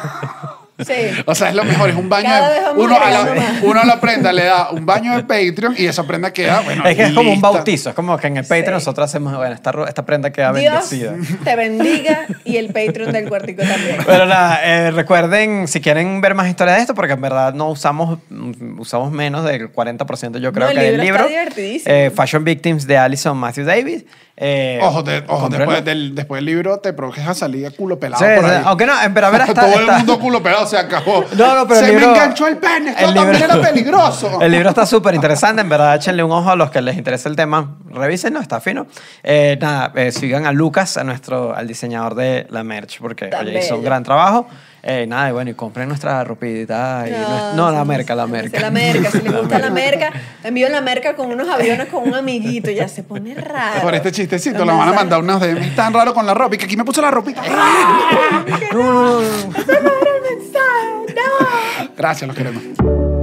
S3: Sí.
S1: O sea, es lo mejor, es un baño.
S3: Cada
S1: de-
S3: vez vamos
S1: uno, a la,
S3: agregando más.
S1: uno a la prenda le da un baño de Patreon y esa prenda queda, bueno.
S2: Es que es como un
S1: lista.
S2: bautizo, es como que en el Patreon
S3: Sí.
S2: nosotros hacemos, bueno, esta, ro- esta prenda queda
S3: Dios
S2: bendecida.
S3: te bendiga y el Patreon del cuartico también.
S2: Pero nada, eh, recuerden, si quieren ver más historias de esto, porque en verdad no usamos, mm, usamos menos del 40% yo creo
S3: No, el
S2: que del
S3: libro está
S2: libro.
S3: divertidísimo.
S2: Eh, Fashion Victims de Alison Matthew Davis. Eh,
S1: Ojo, de- ojo
S2: cómprenlo.
S1: después, del, después del libro te provoques a salir a culo pelado.
S2: Sí,
S1: por
S2: sí,
S1: ahí.
S2: aunque no, en- pero a ver,
S1: [LAUGHS]
S2: está-
S1: Todo
S2: está-
S1: el mundo culo pelado se acabó.
S2: No, no, pero
S1: se
S2: el libro,
S1: me enganchó el pene, esto
S2: el
S1: también
S2: libro-
S1: era peligroso.
S2: [LAUGHS] El libro está súper interesante, en verdad, échenle un ojo a los que les interesa el tema. Revísenlo, está fino. Eh, nada, eh, sigan a Lucas, a nuestro, al diseñador de la merch, porque
S3: Tan
S2: oye, hizo un
S3: bello.
S2: gran trabajo. Eh, nada, y bueno, y compren nuestra ropita. Y no, no, la
S3: sí,
S2: merca, la
S3: sí,
S2: merca.
S3: sí, La
S2: [LAUGHS]
S3: merca, si les gusta la merca, envío la merca con unos aviones con un amiguito, ya se pone raro.
S1: Por este chistecito la van a mandar unos de mí tan raro con la ropa y que aquí me puse la ropita.
S2: No, no, no, no.
S3: ¡Ese no era el mensaje! ¡No!
S1: Gracias, los queremos.